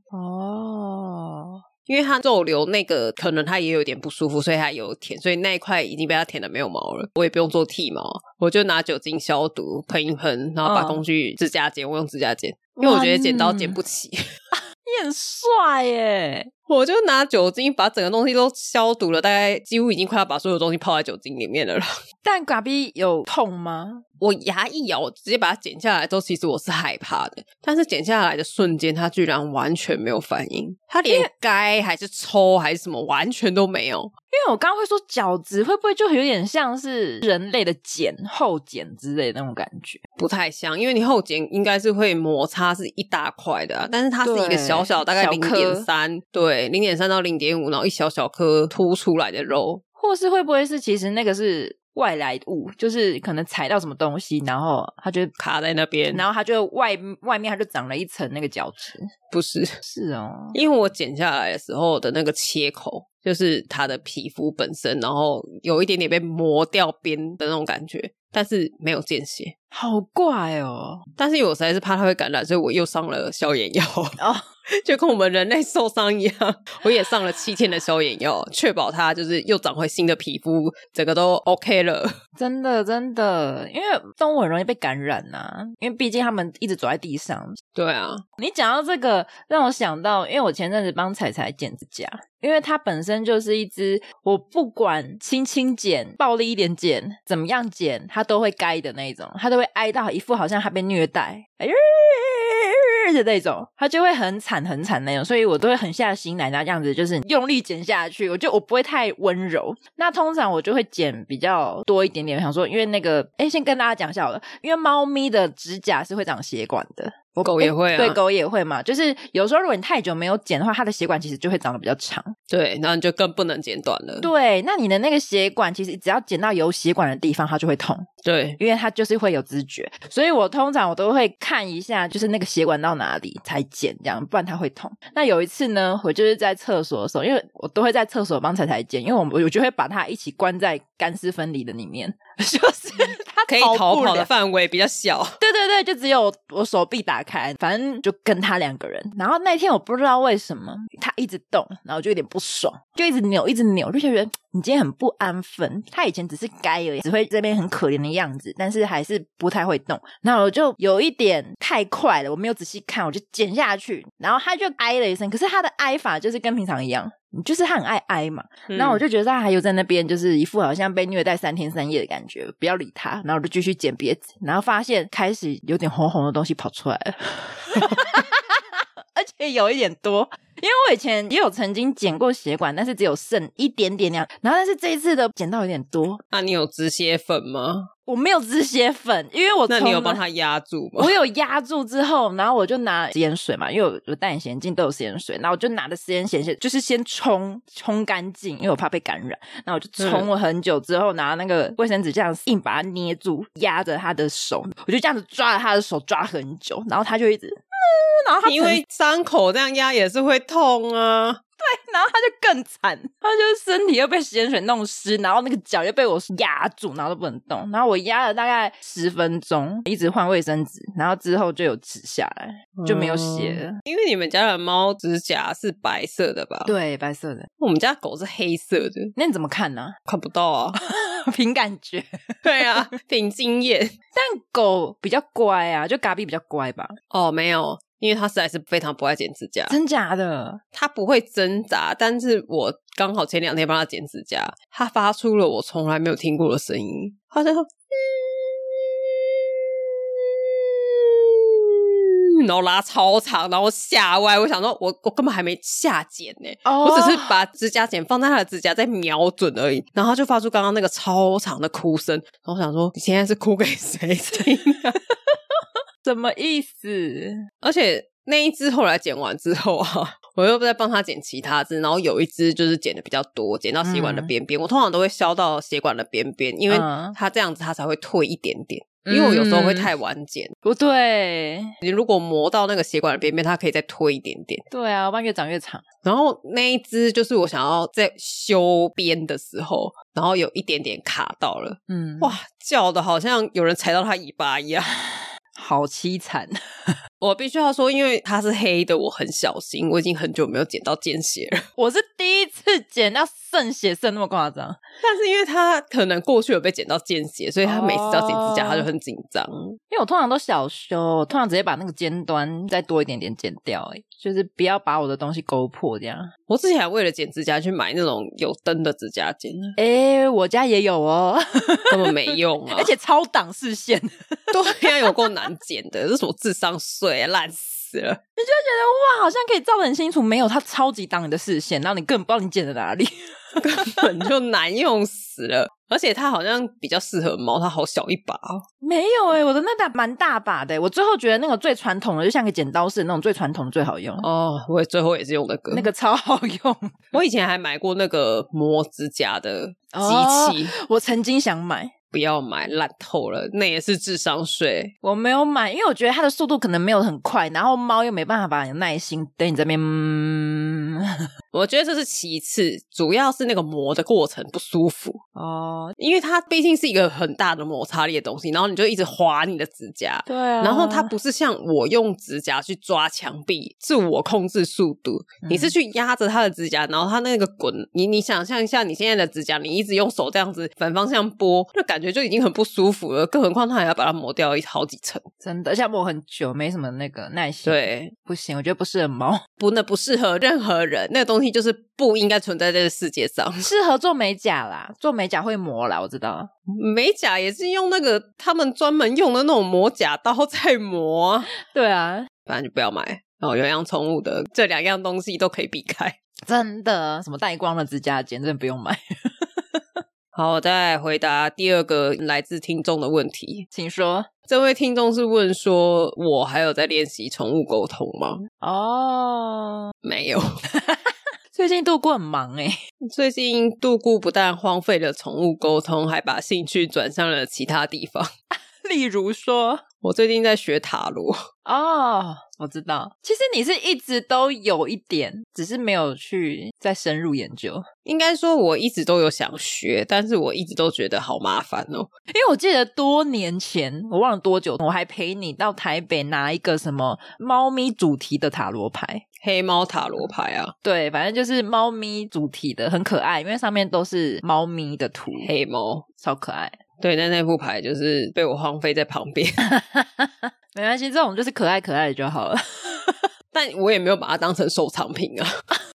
哦，
因为它肉瘤那个可能它也有点不舒服，所以它有舔，所以那一块已经被它舔的没有毛了。我也不用做剃毛，啊我就拿酒精消毒喷一喷，然后把
嗯
工具指甲剪，我用指甲剪，因为我觉得剪刀剪不起。
你很帅耶！
我就拿酒精把整个东西都消毒了，大概几乎已经快要把所有东西泡在酒精里面了啦。
但嘎逼有痛吗？
我牙一咬，我直接把它剪下来之后，其实我是害怕的。但是剪下来的瞬间，它居然完全没有反应，它连该还是抽还是什么，完全都没有。
因为我刚刚会说角质会不会就有点像是人类的茧后茧之类的那种感觉？
不太像，因为你后剪应该是会摩擦，是一大块的啊、但是它是一个
对
小小，大概
小
零
颗
点三，对，零点三到零点五，然后一小小颗凸出来的肉，
或是会不会是其实那个是外来物，就是可能踩到什么东西，然后它就
卡在那边。
然后它就外外面它就长了一层那个角质。
不是，
是哦，
因为我剪下来的时候的那个切口，就是它的皮肤本身，然后有一点点被磨掉边的那种感觉，但是没有见血。好怪哦！但是我实在是怕它会感染，所以我又上了消炎药，
哦，
就跟我们人类受伤一样，我也上了七天的消炎药，确保它就是又长回新的皮肤，整个都 OK 了。
真的真的，因为动物很容易被感染呐、因为毕竟它们一直走在地上。
对啊，
你讲到这个，让我想到，因为我前阵子帮彩彩剪指甲，因为它本身就是一只我不管轻轻剪、暴力一点剪、怎么样剪，它都会该的那一种，它都会哀到一副好像它被虐待，哎呦的那种，它就会很惨很惨那种，所以我都会狠下心来，那这样子就是用力剪下去，我就我不会太温柔，那通常我就会剪比较多一点点，我想说，因为那个，哎，先跟大家讲一下好了，因为猫咪的指甲是会长血管的，我
狗也会啊
对，狗也会嘛，就是有时候如果你太久没有剪的话，它的血管其实就会长得比较长。
对，那你就更不能剪短了。
对，那你的那个血管其实只要剪到有血管的地方，它就会痛，
对，
因为它就是会有知觉，所以我通常我都会看一下，就是那个血管到哪里才剪，这样不然它会痛。那有一次呢，我就是在厕所的时候，因为我都会在厕所帮彩彩剪，因为我我就会把它一起关在干湿分离的里面， 就是它
嗯可以逃
不
跑的
了
范围比较小。
对对对，就只有我手臂打开，反正就跟他两个人。然后那天我不知道为什么他一直动，然后我就有点不爽，就一直扭，一直扭，就觉得你今天很不安分。他以前只是该而已，只会这边很可怜的样子，但是还是不太会动。然后我就有一点太快了，我没有仔细看，我就剪下去，然后他就哀了一声。可是他的哀法就是跟平常一样，就是他很爱哀嘛。然后我
就
就觉得他还有在那边，就是一副好像被虐待三天三夜的感觉，不要理他。然后我就继续剪别子，然后发现开始有点红红的东西跑出来了， 而且有一点多。因为我以前也有曾经剪过血管，但是只有剩一点点那样。然后但是这一次的剪到有点多，
那你有止血粉吗？
我没有止血粉，因为我
那你有
从来
帮它压住吗
我？有压住之后，然后我就拿食盐水嘛，因为我我戴隐形眼镜都有食盐水，然后我就拿着食盐水先就是先冲冲干净，因为我怕被感染。然后我就冲了很久之后，拿那个卫生纸这样硬把它捏住，压着他的手，我就这样子抓着他的手抓很久，然后他就一直，嗯、然后他
因为伤口这样压也是会痛啊。
然后他就更惨，他就是身体又被食盐水弄湿，然后那个脚又被我压住，然后都不能动。然后我压了大概十分钟，一直换卫生纸，然后之后就有止下来，就没有血了。
因为你们家的猫指甲是白色的吧？，
对，白色的。
我们家狗是黑色的，
那你怎么看呢、
看不到啊。
凭感觉。
对啊，凭经验。
但狗比较乖啊，就嘎比比较乖吧？
哦，没有，因为它实在是非常不爱剪指甲，
真假的？
它不会挣扎。但是我刚好前两天帮它剪指甲，它发出了我从来没有听过的声音，它就。嗯然后拉超长，然后吓歪。我想说我，我根本还没下剪呢、
哦
我只是把指甲剪放在他的指甲在瞄准而已，然后他就发出刚刚那个超长的哭声。然后我想说，你现在是哭给谁听啊？
什么意思？
而且那一只后来剪完之后啊，我又在帮他剪其他只，然后有一只就是剪的比较多，剪到血管的边边。我通常都会削到血管的边边，因为
嗯
它这样子它才会退一点点。因为我有时候会太晚剪，
不对，
你如果磨到那个血管的边边，它可以再推一点点。
对啊，弯越长越长。
然后那一只就是我想要在修边的时候，然后有一点点卡到了，
嗯，哇，
哇，叫的好像有人踩到它尾巴一样。
好凄惨。
我必须要说，因为它是黑的，我很小心，我已经很久没有剪到间血了。
我是第一次剪到渗血渗那么夸张，
但是因为它可能过去有被剪到间血，所以它每次要剪指甲，
哦
它就很紧张。
因为我通常都小修，我通常直接把那个尖端再多一点点剪掉、欸，就是不要把我的东西勾破这样。
我之前还为了剪指甲去买那种有灯的指甲剪，
哎、我家也有哦，
根本没用啊！
而且超挡视线。
对啊呀、有够难剪的，这是什么智商税啊，烂死了！
哇，好像可以照得很清楚，没有它超级挡你的视线，然后你根本不知道你剪在哪里。
根本就难用死了。而且它好像比较适合猫，它好小一把哦。
没有哎、我的那把蛮大把的欸、我最后觉得那个最传统的，就像个剪刀式那种最传统的最好用，
哦，我也最后也是用那个。
那个超好用。
我以前还买过那个磨指甲的
哦
机器，
我曾经想买，
不要买，烂透了，那也是智商税。
我没有买，因为我觉得它的速度可能没有很快，然后猫又没办法有耐心等你这边。嗯
我觉得这是其次，主要是那个磨的过程不舒服，
哦，
因为它毕竟是一个很大的摩擦力的东西，然后你就一直划你的指甲。
对啊
然后它不是像我用指甲去抓墙壁，是我控制速度，你
嗯
是去压着它的指甲，然后它那个滚，你你想象一下，你现在的指甲，你一直用手这样子反方向拨，那感觉就已经很不舒服了，更何况它还要把它磨掉一好几层。
真的，而且要磨很久，没什么那个耐心。，
对，
不行，我觉得不适合猫，
不，那不适合任何人，那个东西就是不应该存在在这个世界上。
适合做美甲啦，做美甲会磨啦，我知道。
美甲也是用那个他们专门用的那种磨甲刀在磨啊，
对啊，
反正就不要买。哦，有养宠物的这两样东西都可以避开。
真的，什么带光的指甲剪，真的不用买，
好，我再来回答第二个来自听众的问题。
请说。
这位听众是问说，我还有在练习宠物沟通吗？
哦，
没有，
最近度过很忙哎、
最近杜姑不但荒废了宠物沟通，还把兴趣转向了其他地方。
例如说，
我最近在学塔罗，
哦，我知道，其实你是一直都有一点，只是没有去再深入研究。
应该说我一直都有想学，但是我一直都觉得好麻烦哦。
因为我记得多年前，我忘了多久，我还陪你到台北拿一个什么猫咪主题的塔罗牌。
黑猫塔罗牌啊，
对，反正就是猫咪主题的，很可爱，因为上面都是猫咪的图，
黑猫，
超可爱。
对，那那副牌就是被我荒废在旁边，
没关系，这种就是可爱可爱的就好了。
但我也没有把它当成收藏品啊。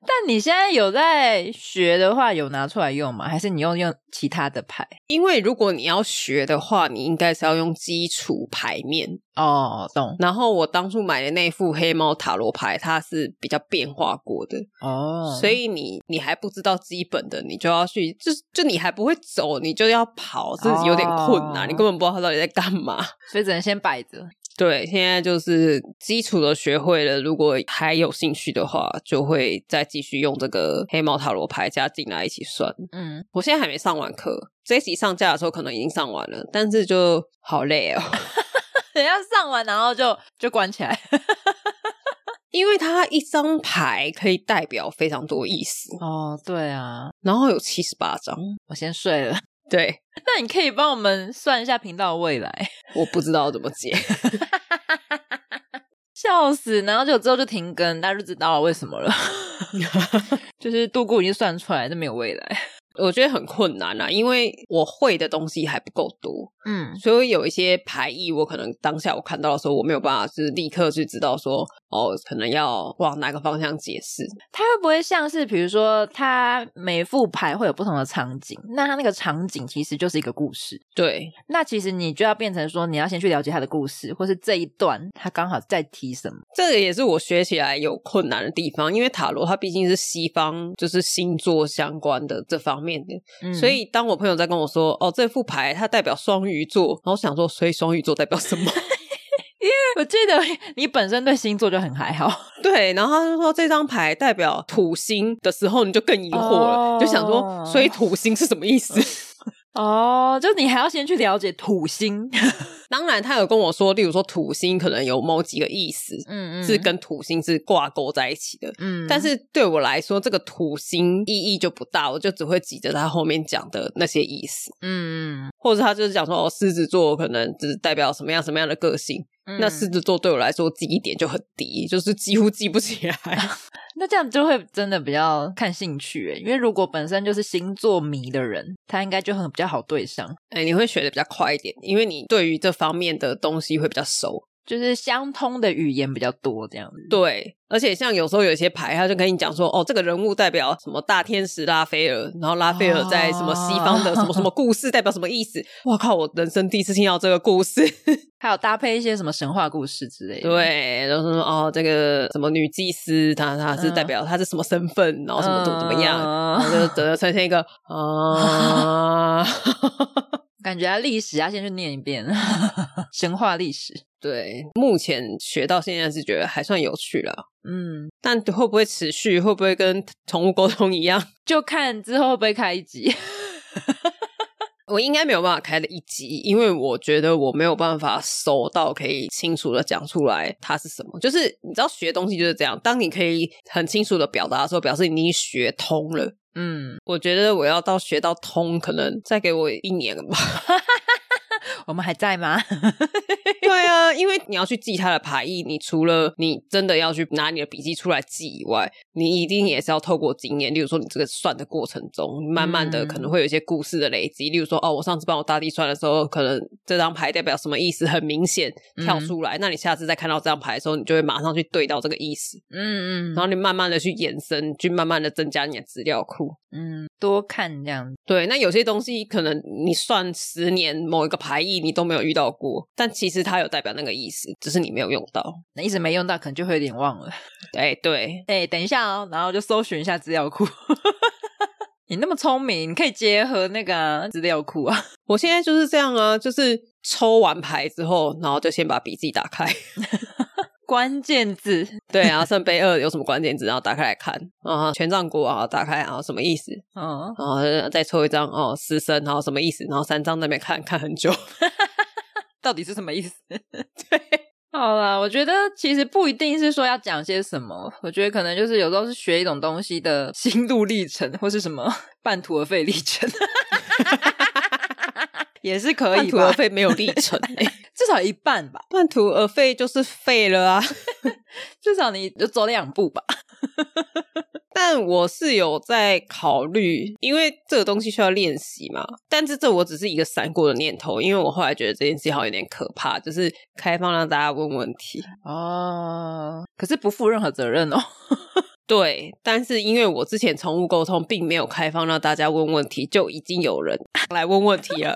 但你现在有在学的话，有拿出来用吗？还是你用用其他的牌？
因为如果你要学的话，你应该是要用基础牌面。
哦，懂
然后我当初买的那副黑猫塔罗牌，它是比较变化过的，
哦，
所以你你还不知道基本的，你就要去，就是就你还不会走，你就要跑，是有点困难，
哦
你根本不知道它到底在干嘛。
所以只能先摆着。
对，现在就是基础的学会了，如果还有兴趣的话，就会再继续用这个黑猫塔罗牌加进来一起算。
嗯，
我现在还没上完课，这一集上架的时候可能已经上完了，但是就好累哦，
等一下上完然后就就关起来。
因为它一张牌可以代表非常多意思，
哦，对啊，
然后有七十八张。
我先睡了。
对，
那你可以帮我们算一下频道的未来，,
我不知道怎么解。
笑死！然后就之后就停更，大家就知道为什么 了。就是度过已经算出来，这没有未来。
我觉得很困难啊，因为我会的东西还不够多，
嗯，
所以有一些牌意，我可能当下我看到的时候，我没有办法就是立刻去知道说，哦，可能要往哪个方向解释。
它会不会像是，比如说，它每副牌会有不同的场景，那它那个场景其实就是一个故事。
对，
那其实你就要变成说，你要先去了解它的故事，或是这一段它刚好在提什么。
这个也是我学起来有困难的地方，因为塔罗它毕竟是西方，就是星座相关的这方面的，
嗯
所以当我朋友在跟我说，哦，这副牌它代表双鱼座，然后我想说，所以双鱼座代表什么？
我记得你本身对星座就很还好，
对，然后他就说这张牌代表土星的时候，你就更疑惑了就想说，
哦
所以土星是什么意思？
哦，就你还要先去了解土星，
当然，他有跟我说，例如说土星可能有某几个意思、
嗯
是跟土星是挂钩在一起的。
嗯
但是对我来说，这个土星意义就不大，我就只会记得他后面讲的那些意思，
嗯
或者他就是讲说哦，狮子座可能只代表什么样什么样的个性。
嗯
那狮子座对我来说记忆点就很低，就是几乎记不 起来。
那这样就会真的比较看兴趣欸诶，因为如果本身就是星座迷的人，他应该就很比较好对上，
哎，你会学的比较快一点，因为你对于这方面的东西会比较熟。
就是相通的语言比较多这样子。
对，而且像有时候有些牌，他就跟你讲说，哦，这个人物代表什么大天使拉斐尔，然后拉斐尔在什么西方的什么什么故事代表什么意思？我靠，我人生第一次听到这个故事。
还有搭配一些什么神话故事之类的。，嗯
对，然后说哦，这个什么女祭司，她她是代表她是什么身份，然后哦什么怎么怎么样，然 后
嗯、
就整个呈现一个 啊，
感觉他历史要先去念一遍， 神话历史。
对，目前学到现在是觉得还算有趣了。
嗯，
但会不会持续？会不会跟宠物沟通一样？
就看之后会不会开一集。
我应该没有办法开的一集，因为我觉得我没有办法熟到可以清楚的讲出来它是什么。就是你知道学东西就是这样，当你可以很清楚的表达的时候，表示你已经学通了。
嗯，
我觉得我要到学到通，可能再给我一年吧。
我们还在吗？
对啊，因为你要去记它的牌意，你除了你真的要去拿你的笔记出来记以外，你一定也是要透过经验，例如说你这个算的过程中，慢慢的
嗯
可能会有一些故事的累积，例如说哦，我上次帮我大地算的时候，可能这张牌代表什么意思很明显跳出来，那你下次再看到这张牌的时候，你就会马上去对到这个意思，
嗯嗯，
然后你慢慢的去延伸，去慢慢的增加你的资料库。
嗯，多看这样子，
对，那有些东西可能你算十年某一个牌意你都没有遇到过，但其实它有代表那个意思，只是你没有用到。
那一直没用到，可能就会有点忘了。
哎，对，
哎、等一下哦，然后就搜寻一下资料库。 你那么聪明，你可以结合那个啊资料库啊。
我现在就是这样啊，就是抽完牌之后，然后就先把笔记打开，
关键字
对啊，圣杯二有什么关键字，然后打开来看啊，权杖国啊，打开啊，什么意思？
哦，
然后再抽一张哦，私生，然后什么意思？然后三张在那边看看很久，
到底是什么意思？ 对，好啦，我觉得其实不一定是说要讲些什么，我觉得可能就是有时候是学一种东西的心路历程，或是什么半途而废历 程，也是可
半
以
途而
吧，
废没有历程、欸，
至少一半吧，
半途而废就是废了啊。
至少你就走两步吧。
但我是有在考虑，因为这个东西需要练习嘛。但是这我只是一个闪过的念头，因为我后来觉得这件事好像有点可怕，就是开放让大家问问题。
哦，可是不负任何责任哦。
对，但是因为我之前宠物沟通并没有开放让大家问问题，就已经有人 来问问题了，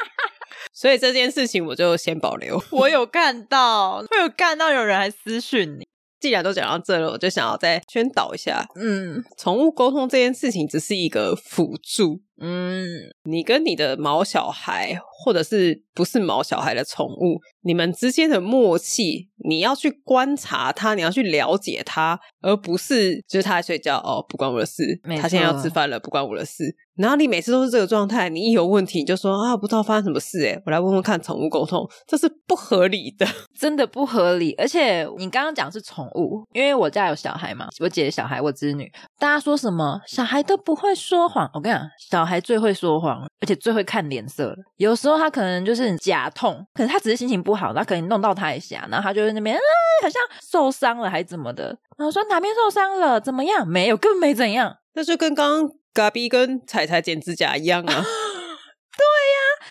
所以这件事情我就先保留。
我有看到，我有看到有人还私讯你。
既然都讲到这了，我就想要再宣导一下，
嗯
宠物沟通这件事情只是一个辅助，
嗯，
你跟你的毛小孩，或者是不是毛小孩的宠物，你们之间的默契，你要去观察它，你要去了解它，而不是就是它在睡觉哦，不关我的事
没，错
它现在要吃饭了，不关我的事。然后你每次都是这个状态，你一有问题你就说啊，不知道发生什么事、欸，诶我来问问看宠物沟通，这是不合理的。
真的不合理。而且你刚刚讲是宠物，因为我家有小孩嘛，我姐的小孩，我侄女，大家说什么小孩都不会说谎。我跟你讲，小孩最会说谎，而且最会看脸色了。有时候他可能就是假痛，可能他只是心情不好，他可能弄到他一下，然后他就在那边啊，好像受伤了还怎么的。然后说哪边受伤了？怎么样？没有，根本没怎样。
那就跟刚刚嘎逼跟彩彩剪指甲一样啊。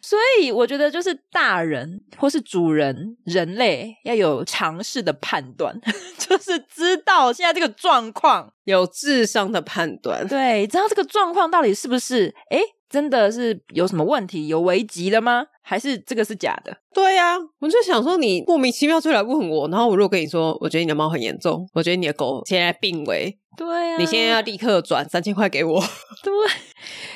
所以我觉得，就是大人或是主人、人类要有尝试的判断， 就是知道现在这个状况，
有智商的判断，
对，知道这个状况到底是不是，诶，真的是有什么问题，有危机了吗？还是这个是假的？
对呀、我就想说你莫名其妙就来问我，然后我如果跟你说，我觉得你的猫很严重，我觉得你的狗现在病危，
对呀
你现在要立刻转三千块给我，
对，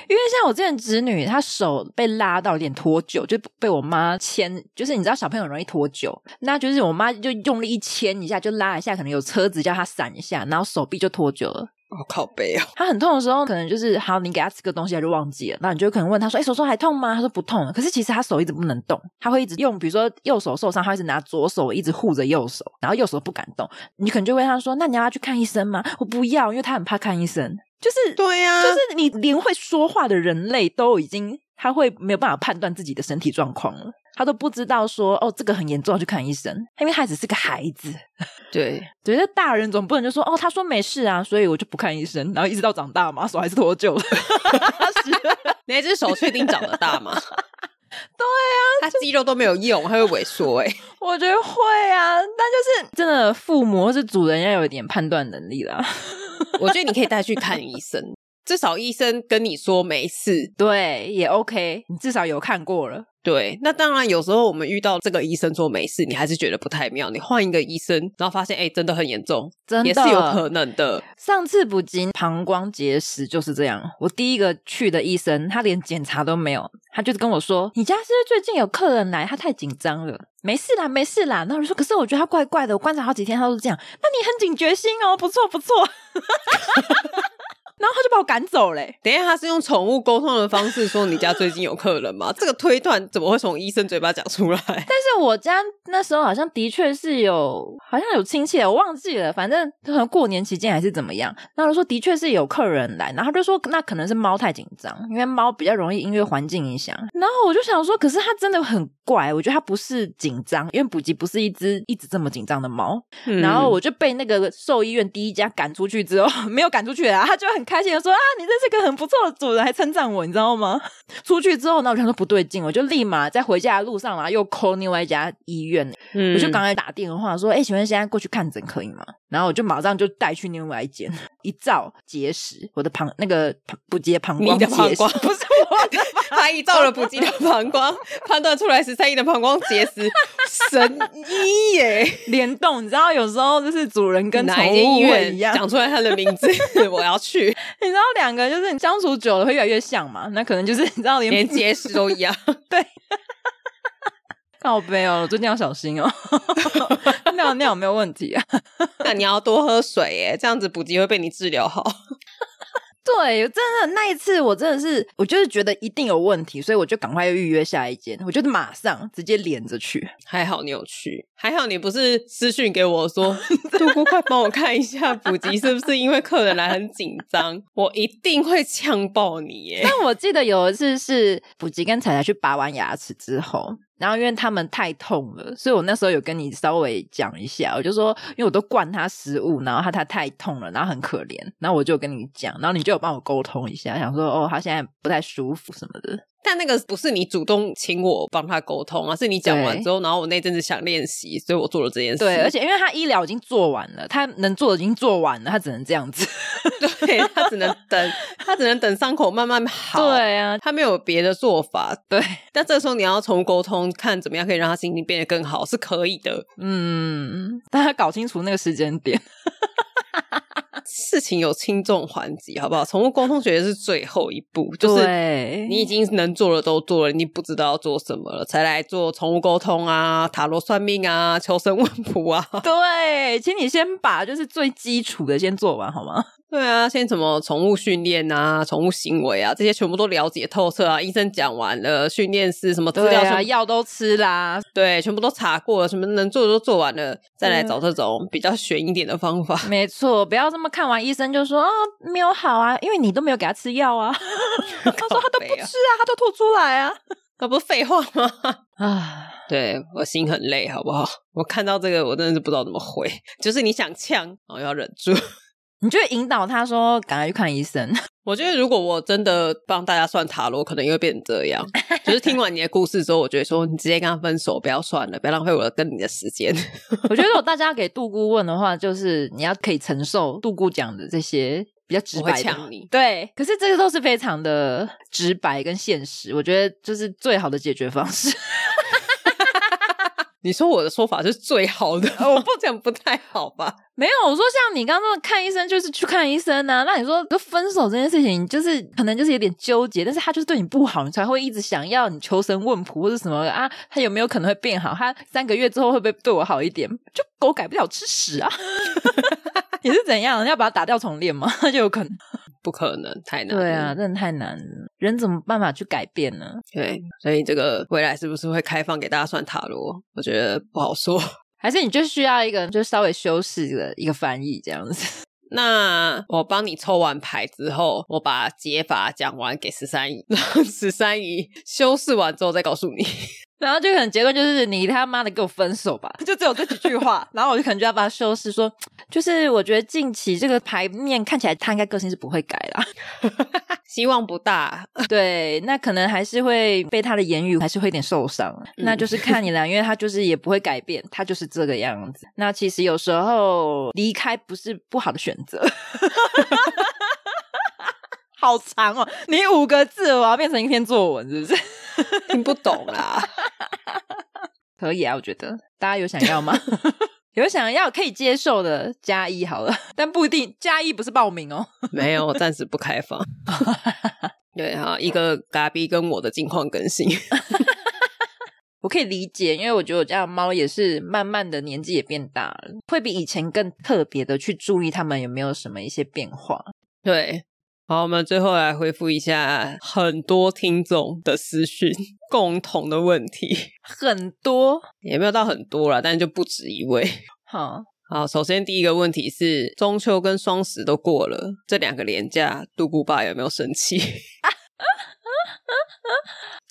因为像我之前侄女，她手被拉到有点脱臼，就被我妈牵，就是你知道小朋友很容易脱臼，那就是我妈就用力一牵一下，就拉一下，可能有车子叫她闪一下，然后手臂就脱臼了。
好靠背啊！
他很痛的时候，可能就是好，你给他吃个东西，他就忘记了。那你就可能问他说：“哎、手手还痛吗？”他说：“不痛。”可是其实他手一直不能动，他会一直用，比如说右手受伤，他会一直拿左手一直护着右手，然后右手不敢动。你可能就问他说：“那你要不要去看医生吗？”我不要，因为他很怕看医生。就是
对啊呀、
就是你连会说话的人类都已经他会没有办法判断自己的身体状况了，他都不知道说哦这个很严重要去看医生，因为他只是个孩子。
对，
觉得大人总不能就说哦，他说没事啊，所以我就不看医生，然后一直到长大嘛，手还是脱臼了。
你那只手确定长得大 吗？对啊，它肌肉都没有用，它会萎缩哎、
我觉得会啊，但就是真的父母或是主人要有一点判断能力啦。
我觉得你可以带去看医生， 至少医生跟你说没事。
对，也 OK，你至少有看过了。
对，那当然有时候我们遇到这个医生说没事，你还是觉得不太妙，你换一个医生，然后发现哎、真的很严重，
真的
也是有可能的。
上次补及膀胱结石就是这样，我第一个去的医生，他连检查都没有，他就是跟我说：“你家是不是最近有客人来？他太紧张了，没事啦，没事啦。”那我就说：“可是我觉得他怪怪的，我观察好几天他都是这样。那你很警觉心哦，不错不错。” 然后他就把我赶走嘞、
等一下，他是用宠物沟通的方式说你家最近有客人 吗？这个推断怎么会从医生嘴巴讲出来？
但是我家那时候好像的确是有，好像有亲戚，我忘记了，反正可能过年期间还是怎么样。然后我就说的确是有客人来，然后他就说那可能是猫太紧张，因为猫比较容易因为环境影响。然后我就想说，可是它真的很怪，我觉得它不是紧张，因为补吉不是一只一直这么紧张的猫。 然
嗯
后我就被那个兽医院第一家赶出去之后， 没有赶出去啊，他就很开心的说啊，你真是个很不错的主人，还称赞我，你知道吗？ 出去之后呢，我想说不对劲，我就立马在回家的路上啊，又 call 另外一家医院，
嗯
我就赶快打电话说，哎、请问现在过去看诊可以吗？然后我就马上就带去另外一间，一照结石，我的膀那个膀不接膀
你
胱
的
结
膀
石，
胱
不是我的，
他依照了补给的膀胱，判断出来十三亿的膀胱结石，神医耶！
联动，你知道有时候就是主人 跟
哪
宠
一间医
物会
院
一样，
讲出来他的名字， 我要去，
你知道两个就是你相处久了会越来越像嘛？那可能就是你知 道连
连结石都一样。
靠背哦，最近要小心哦， 尿尿没有问题啊。
那你要多喝水耶，这样子补给会被你治疗好。
对，真的那一次我真的是，我就是觉得一定有问题，所以我就赶快又预约下一间，我就马上直接连着去。
还好你有去，还好你不是私讯给我 说，杜姑快帮我看一下补给是不是因为客人来很紧张，我一定会呛爆你耶！
但我记得有一次是补吉跟彩彩去拔完牙齿之后。然后因为他们太痛了，所以我那时候有跟你稍微讲一下，我就说，因为我都灌他食物，然后他他太痛了，然后很可怜，然后我就跟你讲，然后你就有帮我沟通一下，想说哦，他现在不太舒服什么的。
但那个不是你主动请我帮他沟通啊，是你讲完之后，然后我那阵子想练习，所以我做了这件事。
对，而且因为他医疗已经做完了，他能做的已经做完了，他只能这样子。
对他只 能等，他只能等伤口慢慢好。。
啊，
他没有别的做法，
对，
但这个时候你要从沟通看怎么样可以让他心情变得更好是可以的。
嗯，但他搞清楚那个时间点。
事情有轻重缓急，好不好？宠物沟通学是最后一步，就是
对
你已经能做的都做了，你不知道要做什么了，才来做宠物沟通啊、塔罗算命啊、求神问卜啊。
对，请你先把就是最基础的先做完好吗？
对啊，先什么宠物训练啊、宠物行为啊，这些全部都了解透彻啊。医生讲完了，训练师什么资
对
料
啊，
全部
药都吃啦。
对，全部都查过了，什么能做的都做完了，再来
嗯
找这种比较悬一点的方法。
没错，不要这么看完医生就说哦没有好啊，因为你都没有给他吃药啊。 他说他
靠
都不吃
北啊
啊，他都吐出来啊。
那不是废话吗？
啊，
对我心很累，好不 好？我看到这个，我真的是不知道怎么回。 就是你想呛，然后要忍住。
你就引导他说赶快去看医生。
我觉得如果我真的帮大家算塔罗，可能也会变成这样。就是听完你的故事之后，我觉得说你直接跟他分手，不要算了，不要浪费我的跟你的时间。
我觉得如果大家给杜姑问的话，就是你要可以承受杜姑讲的这些比较直
我会
白
呛
的。
你。
对，可是这个都是非常的直白跟现实，我觉得就是最好的解决方式。
你说我的说法是最 好的，我不讲不太好吧？
没有，我说像你刚刚说看医生就是去看医生呐、那你说就分手这件事情，就是可能就是有点纠结，但是他就是对你不好，你才会一直想要你求神问卜或者什么的啊，他有没有可能会变好？他三个月之后会不会对我好一点？就狗改不了吃屎啊！ 你是怎样？要把它打掉重练吗？ 那就有可能。
不可能，太难了。
对啊，真的太难了，人怎么办法去改变呢？
对，所以这个未来是不是会开放给大家算塔罗？我觉得不好说。
还是你就需要一个就稍微修饰的一个翻译这样子？
那我帮你抽完牌之后，我把解法讲完给十三姨，然后十三姨修饰完之后再告诉你。
然后就可能结论就是你他妈的给我分手吧， 就只有这几句话。然后我就可能就要把它修饰说，就是我觉得近期这个牌面看起来他应该个性是不会改啦。
希望不大，
对，那可能还是会被他的言语还是会有点受伤，
嗯
那就是看你啦，因为他就是也不会改变，他就是这个样子。那其实有时候离开不是不好的选择。 好长哦，你五个字我要变成一篇作文，是不 是？
听不懂啦。
可以啊，我觉得大家有想要吗？ 有想要可以接受的加一好了，但不一定加一不是报名哦。
没有，暂时不开放。 对哈，一个嘎逼跟我的近况更新，
我可以理解，因为我觉得我家的猫也是慢慢的年纪也变大了，会比以前更特别的去注意它们有没有什么一些变化。
对。好，我们最后来回复一下很多听众的私讯，共同的问题
很多。
也没有到很多啦，但就不止一位。
好，
好，首先第一个问题是，中秋跟双十都过了，这两个连假，杜姑爸有没有生气？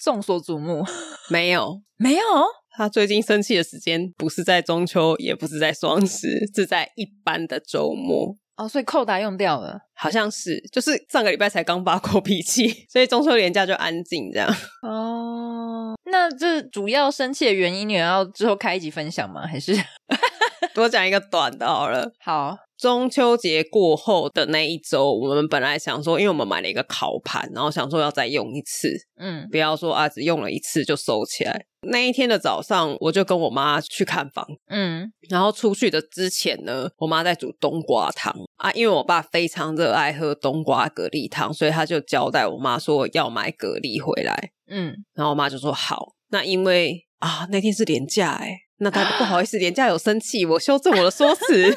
众所瞩目，
没有，
没有
他最近生气的时间不是在中秋，也不是在双十，是在一般的周末。
哦，所以扣打用掉了。
好像是，就是上个礼拜才刚发过脾气， 所以中秋连假就安静这样。
哦，那这主要生气的原因，你要之后开一集分享吗？还是
多讲一个短的好了。
好？
中秋节过后的那一周，我们本来想说，因为我们买了一个烤盘，然后想说要再用一次，
嗯
不要说啊只用了一次就收起来。那一天的早上，我就跟我妈去看房，
嗯
然后出去的之前呢，我妈在煮冬瓜汤啊，因为我爸非常热爱喝冬瓜蛤蜊汤，所以他就交代我妈说要买蛤蜊回来，
嗯，
然后我妈就说好。那因为啊那天是廉假哎、那她不好意思，廉假有生气，我修正我的说辞。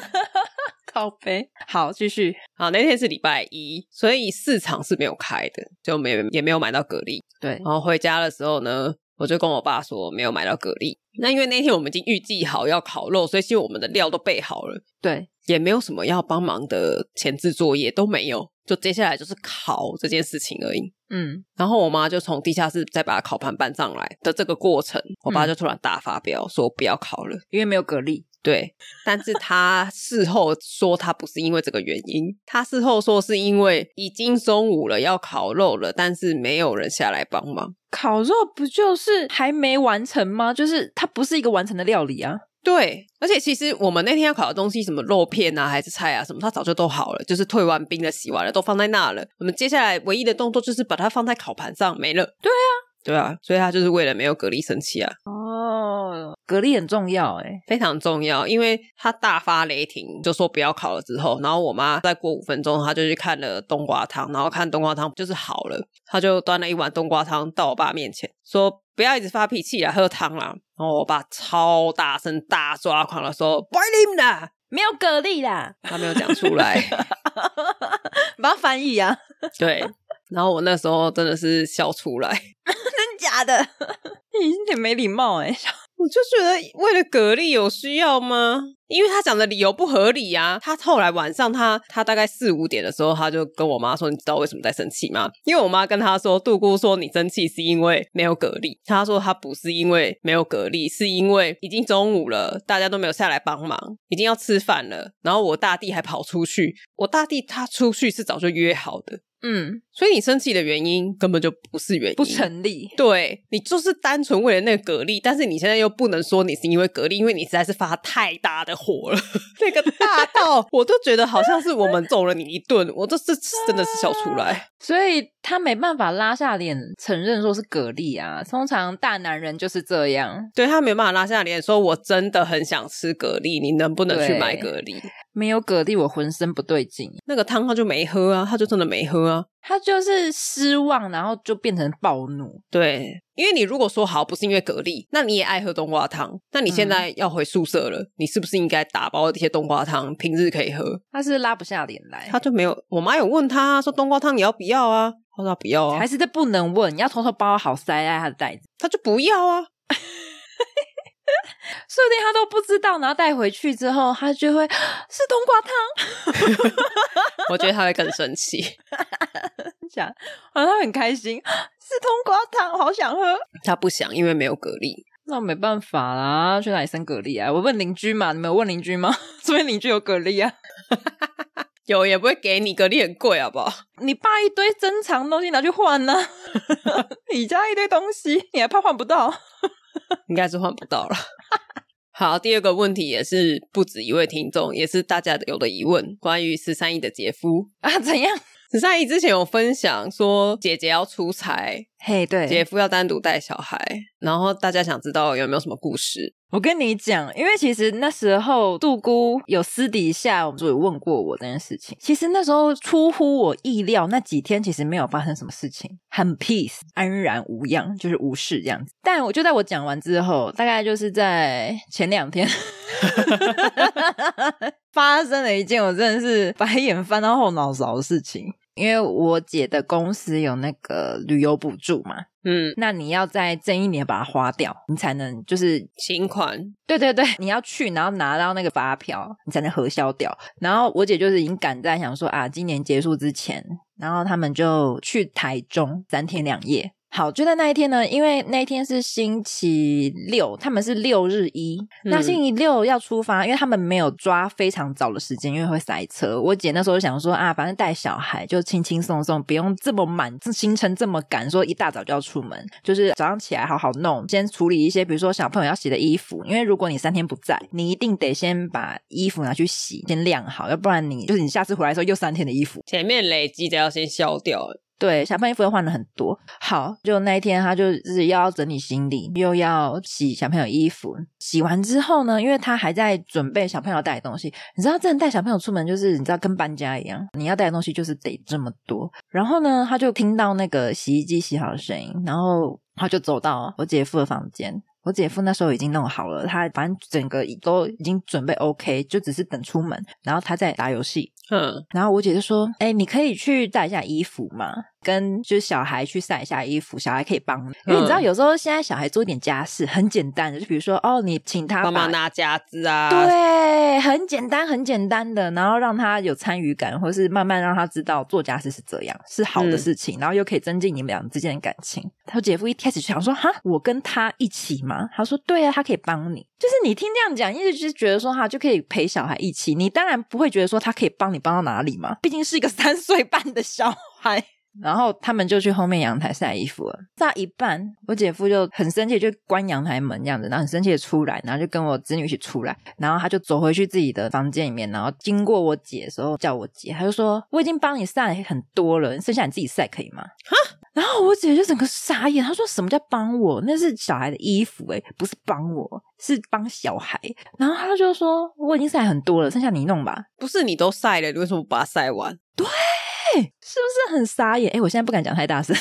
靠背。好，继续。
好，那天是礼拜一，所以市场是没有开的，就没也没有买到蛤蜊。
对，
然后回家的时候呢，我就跟我爸说没有买到蛤蜊。那因为那天我们已经预计好要烤肉，所以其实我们的料都备好了，
对，
也没有什么要帮忙的前置作业都没有，就接下来就是烤这件事情而已。
嗯，
然后我妈就从地下室再把烤盘搬上来的这个过程，我爸就突然大发飙说不要烤了。
因为没有蛤蜊。
对，但是他事后说他不是因为这个原因，他事后说是因为已经中午了要烤肉了，但是没有人下来帮忙。
烤肉不就是还没完成吗？就是它不是一个完成的料理啊。
对，而且其实我们那天要烤的东西，什么肉片啊，还是菜啊，什么，它早就都好了，就是退完冰了、洗完了，都放在那了。我们接下来唯一的动作就是把它放在烤盘上，没了。对啊，对啊，所以他就是为了没有蛤蜊生气啊，
哦，蛤蜊很重要哎、
非常重要，因为他大发雷霆，就说不要烤了之后，然后我妈再过五分钟，她就去看了冬瓜汤，然后看冬瓜汤就是好了，她就端了一碗冬瓜汤到我爸面前，说不要一直发脾气啦，喝汤啦。然后我爸超大声大抓狂的说：“不爱你们啦！”
没有蛤蜊啦，
他没有讲出 来，
把它翻译啊，
对。然后我那时候真的是笑出来，
真假的？ 你有点没礼貌哎、
我就觉得为了蛤蜊有需要吗？因为他讲的理由不合理啊。他后来晚上他他大概四五点的时候，他就跟我妈说：“你知道为什么在生气吗？”因为我妈跟他说，杜姑说你生气是因为没有蛤蜊，他说他不是因为没有蛤蜊，是因为已经中午了，大家都没有下来帮忙，已经要吃饭了。然后我大弟还跑出去，我大弟他出去是早就约好的，
嗯，
所以你生气的原因根本就不是原因，
不成立。
对你就是单纯为了那个蛤蜊，但是你现在又不能说你是因为蛤蜊，因为你实在是发太大的火了， 那个大到我都觉得好像是我们揍了你一顿，我这是真的是笑出来。
所以他没办法拉下脸承认说是蛤蜊啊。通常大男人就是这样，
对他没办法拉下脸说，我真的很想吃蛤蜊，你能不能去
对
买蛤蜊？
没有蛤蜊我浑身不对劲。
那个汤他就没喝啊，他就真的没喝啊。
他就是失望，然后就变成暴怒。
对，因为你如果说好不是因为蛤蜊，那你也爱喝冬瓜汤，那你
嗯
现在要回宿舍了，你是不是应该打包这些冬瓜汤，平日可以喝？
他是拉不下脸来，
他就没有。我妈有问他啊说冬瓜汤你要不要啊？他说她不要啊
还，是这不能问，你要从头包好塞在他的袋子。
他就不要啊。
说不定他都不知道，然后带回去之后，他就会啊是冬瓜汤。
我觉得他会更生气，
想，然后他很开心，是冬瓜汤，我好想喝。
他不想，因为没有蛤蜊。
那没办法啦，去哪里生蛤蜊啊？我问邻居嘛，你们有问邻居吗？ 这边邻居有蛤蜊啊。
有也不会给你，蛤蜊很贵，好不好？
你爸一堆珍藏东西拿去换呢、 你家一堆东西，你还怕换不到？
应该是换不 到了。好，第二个问题也是不止一位听众，也是大家有的疑问，关于十三姨的姐夫。
啊？怎样？
十三姨之前有分享说，姐姐要出差，
嘿、对
姐夫要单独带小孩，然后大家想知道有没有什么故事？
我跟你讲，因为其实那时候杜姑有私底下我们就有问过我这件事情。其实那时候出乎我意料，那几天其实没有发生什么事情，很 peace，安然无恙，就是无事这样子。但我就在我讲完之后，大概就是在前两天发生了一件我真的是白眼翻到后脑勺的事情。因为我姐的公司有那个旅游补助嘛，
嗯，
那你要在这一年把它花掉，你才能就是
新款
对对对，你要去，然后拿到那个发票，你才能核销掉。然后我姐就是已经赶在想说啊，今年结束之前，然后他们就去台中三天两夜。好，就在那一天呢，因为那一天是星期六，他们是六日一，那
嗯
星期六要出发，因为他们没有抓非常早的时间，因为会塞车。我姐那时候就想说啊，反正带小孩就轻轻松松，不用这么满，这行程这么赶，说一大早就要出门，就是早上起来好好弄，先处理一些，比如说小朋友要洗的衣服，因为如果你三天不在，你一定得先把衣服拿去洗，先晾好，要不然你就是你下次回来的时候又三天的衣服。
前面累积的要先消掉，
对，小朋友衣服又换了很多。好，就那一天，他就是要整理行李，又要洗小朋友衣服。洗完之后呢，因为他还在准备小朋友带的东西，你知道，真的带小朋友出门就是你知道跟搬家一样，你要带的东西就是得这么多。然后呢，他就听到那个洗衣机洗好的声音，然后他就走到我姐夫的房间。我姐夫那时候已经弄好了，他反正整个都已经准备 OK，就只是等出门，然后他在打游戏。
嗯，
然后我姐就说：“哎、你可以去晒一下衣服嘛，跟就是小孩去晒一下衣服，小孩可以帮你，因为你知道
嗯
有时候现在小孩做一点家事很简单的，就比如说哦，你请他
帮
把
忙拿夹子啊，，
对，很简单很简单的，然后让他有参与感，或是慢慢让他知道做家事是这样是好的
嗯
事情，然后又可以增进你们俩之间的感情。他姐夫一开始就想说：哈，我跟他一起吗？他说：对啊，他可以帮你。就是你听这样讲，意思就是觉得说哈，就可以陪小孩一起。你当然不会觉得说他可以帮你帮到哪里嘛，毕竟是一个 三岁半的小孩。然后他们就去后面阳台晒衣服了。晒一半，我姐夫就很生气，就关阳台门这样子，然后很生气的出来，然后就跟我侄女一起出来，然后他就走回去自己的房间里面，然后经过我姐的时候叫我姐，他就说：“我已经帮你晒很多了，剩下你自己晒可以吗？” 然后我姐就整个傻眼，她说：“什么叫帮我？那是小孩的衣服、欸，不是帮我，是帮小孩。”然后她就说：“我已经晒很多了，剩下你弄吧。”
不是你都晒了，你为什么不把它晒完？
哎、是不是很傻眼？哎、我现在不敢讲太大声，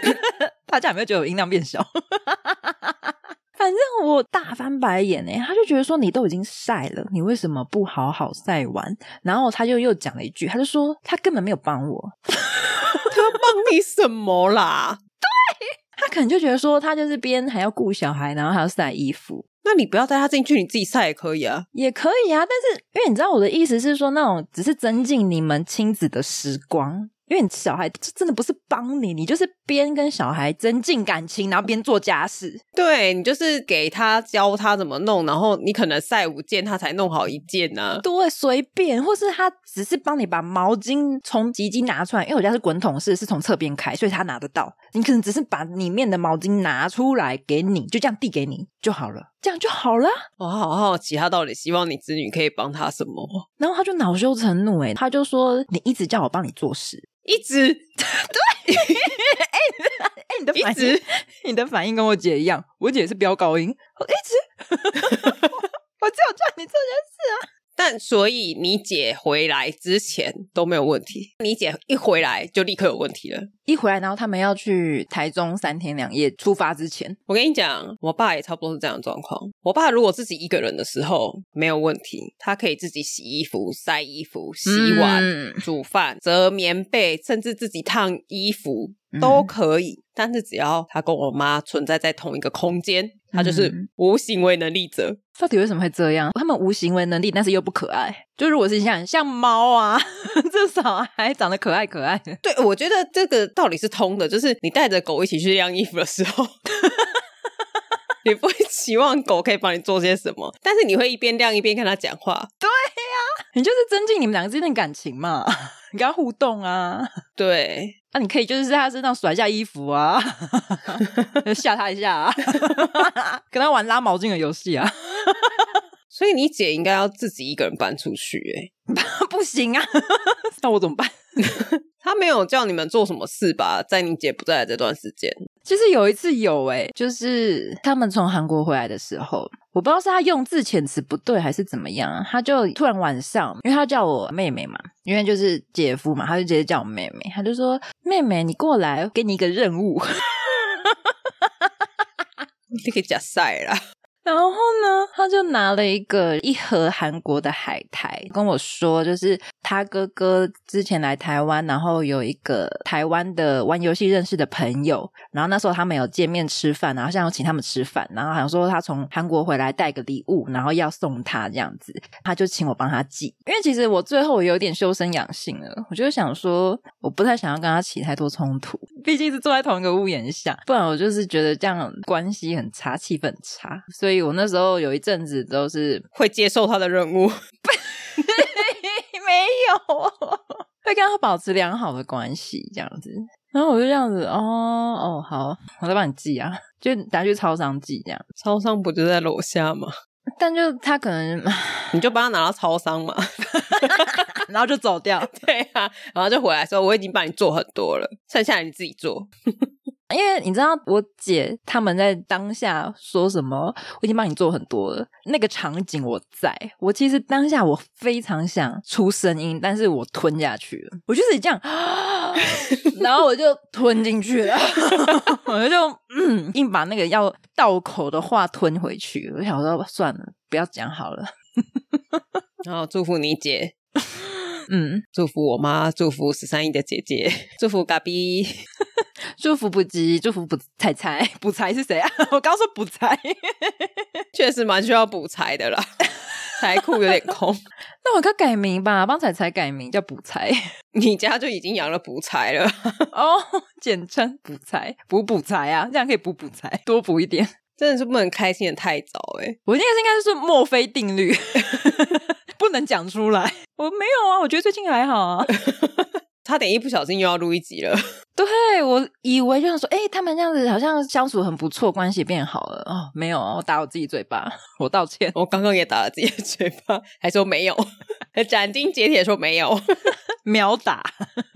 大家有没有觉得我音量变小？ 反正我大翻白眼哎、他就觉得说你都已经晒了，你为什么不好好晒完？然后他就又讲了一句，他就说他根本没有帮我，
他帮你什么啦？
他可能就觉得说他就是边还要顾小孩，然后还要晒衣服，
那你不要带他进去，你自己晒也可以啊。
也可以啊，但是因为你知道我的意思是说，那种只是增进你们亲子的时光，因为你小孩这真的不是帮你，你就是边跟小孩增进感情，然后边做家事。
对你就是给他教他怎么弄，然后你可能晒五件，他才弄好一件啊呢、
对，随便，或是他只是帮你把毛巾从洗衣机拿出来，因为我家是滚筒式，是从侧边开，所以他拿得到。你可能只是把里面的毛巾拿出来给你，就这样递给你就好了，这样就好了啊。
我好好奇他到底希望你子女可以帮他什么？
然后他就恼羞成怒，欸诶，他就说：“你一直叫我帮你做事，
一直
哎、你的
一
反应
直，
你的反应跟我姐一样，我姐也是飙高音，我一直， 我只有叫你做件事。
但所以你姐回来之前都没有问题，你姐一回来就立刻有问题了。
一回来，然后他们要去台中三天两夜，出发之前，
我跟你讲，我爸也差不多是这样的状况。我爸如果自己一个人的时候没有问题，他可以自己洗衣服、晒衣服、洗碗、
嗯
煮饭、折棉被，甚至自己烫衣服
嗯
都可以。但是只要他跟我妈存在在同一个空间，他就是
嗯
无行为能力者。
到底为什么会这样？他们无行为能力，但是又不可爱。就如果是像像猫啊， 至少还长得可爱可爱的。
对，我觉得这个道理是通的，就是你带着狗一起去晾衣服的时候。 你不会期望狗可以帮你做些什么，但是你会一边晾一边跟它讲话，
你就是增进你们两个之间的感情嘛， 你跟他互动啊。
对，
啊，你可以就是在他身上甩一下衣服啊， 吓他一下啊， 跟他玩拉毛巾的游戏啊，
所以你姐应该要自己一个人搬出去、欸，
不行啊，那我怎么办？
她没有叫你们做什么事吧？在你姐不在的这段时间，
其实有一次有诶、就是他们从韩国回来的时候，我不知道是他用字遣词不对还是怎么样啊，他就突然晚上，因为他叫我妹妹嘛，因为就是姐夫嘛，他就直接叫我妹妹，他就说：“妹妹，你过来，给你一个任务。”
你可以假晒啦。
然后呢，他就拿了一个一盒韩国的海苔跟我说，就是他哥哥之前来台湾，然后有一个台湾的玩游戏认识的朋友，然后那时候他们有见面吃饭，然后现在要请他们吃饭，然后好像说他从韩国回来带个礼物，然后要送他这样子，他就请我帮他寄。因为其实我最后我有点修身养性了，我就想说，我不太想要跟他起太多冲突，毕竟是坐在同一个屋檐下，不然我就是觉得这样关系很差，气氛很差。所以我那时候有一阵子都是
会接受他的任务，
没有， 会跟他保持良好的关系这样子。然后我就这样子，哦哦，好，我再帮你寄啊，就拿去超商寄这样。
超商不就在楼下吗？
但就他可能，
你就帮他拿到超商嘛。
然后就走掉，
对啊，然后就回来说我已经帮你做很多了，剩下你自己做。
因为你知道我姐他们在当下说什么，我已经帮你做很多了。那个场景我在，我其实当下我非常想出声音，但是我吞下去了，我就是这样， 然后我就吞进去了， 我就嗯硬把那个要到口的话吞回去。我想说算了，不要讲好了。
然后祝福你姐，
嗯，
祝福我妈，祝福十三姨的姐姐，祝福嘎比。
祝福不急，祝福不彩彩，补财是谁啊？ 我刚说补财，
确实蛮需要补财的啦，财库有点空。
那我该改名吧，帮彩彩改名叫补财
你家就已经养了补财了，
哦， 简称补财，补补财啊，这样可以补补财，多补一点。
真的是不能开心的太早哎、
我那个是应该是墨菲定律， 不能讲出来。我没有啊，我觉得最近还好啊。
差点一不小心又要录一集了。
对我以为就想说，哎、他们这样子好像相处很不错，关系变好了哦，没有啊，我打我自己嘴巴，我道歉。
我刚刚也打了自己的嘴巴，还说没有，斩钉截铁说没有。
秒打。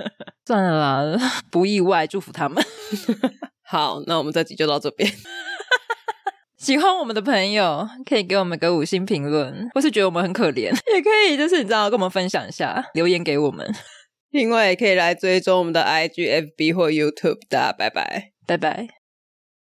算了啦， 不意外，祝福他们。
好，那我们这集就到这边。
喜欢我们的朋友可以给我们个五星评论，或是觉得我们很可怜， 也可以就是你知道跟我们分享一下，留言给我们。
另外也可以来追踪我们的 IG、FB 或 YouTube 的，拜拜。
拜拜。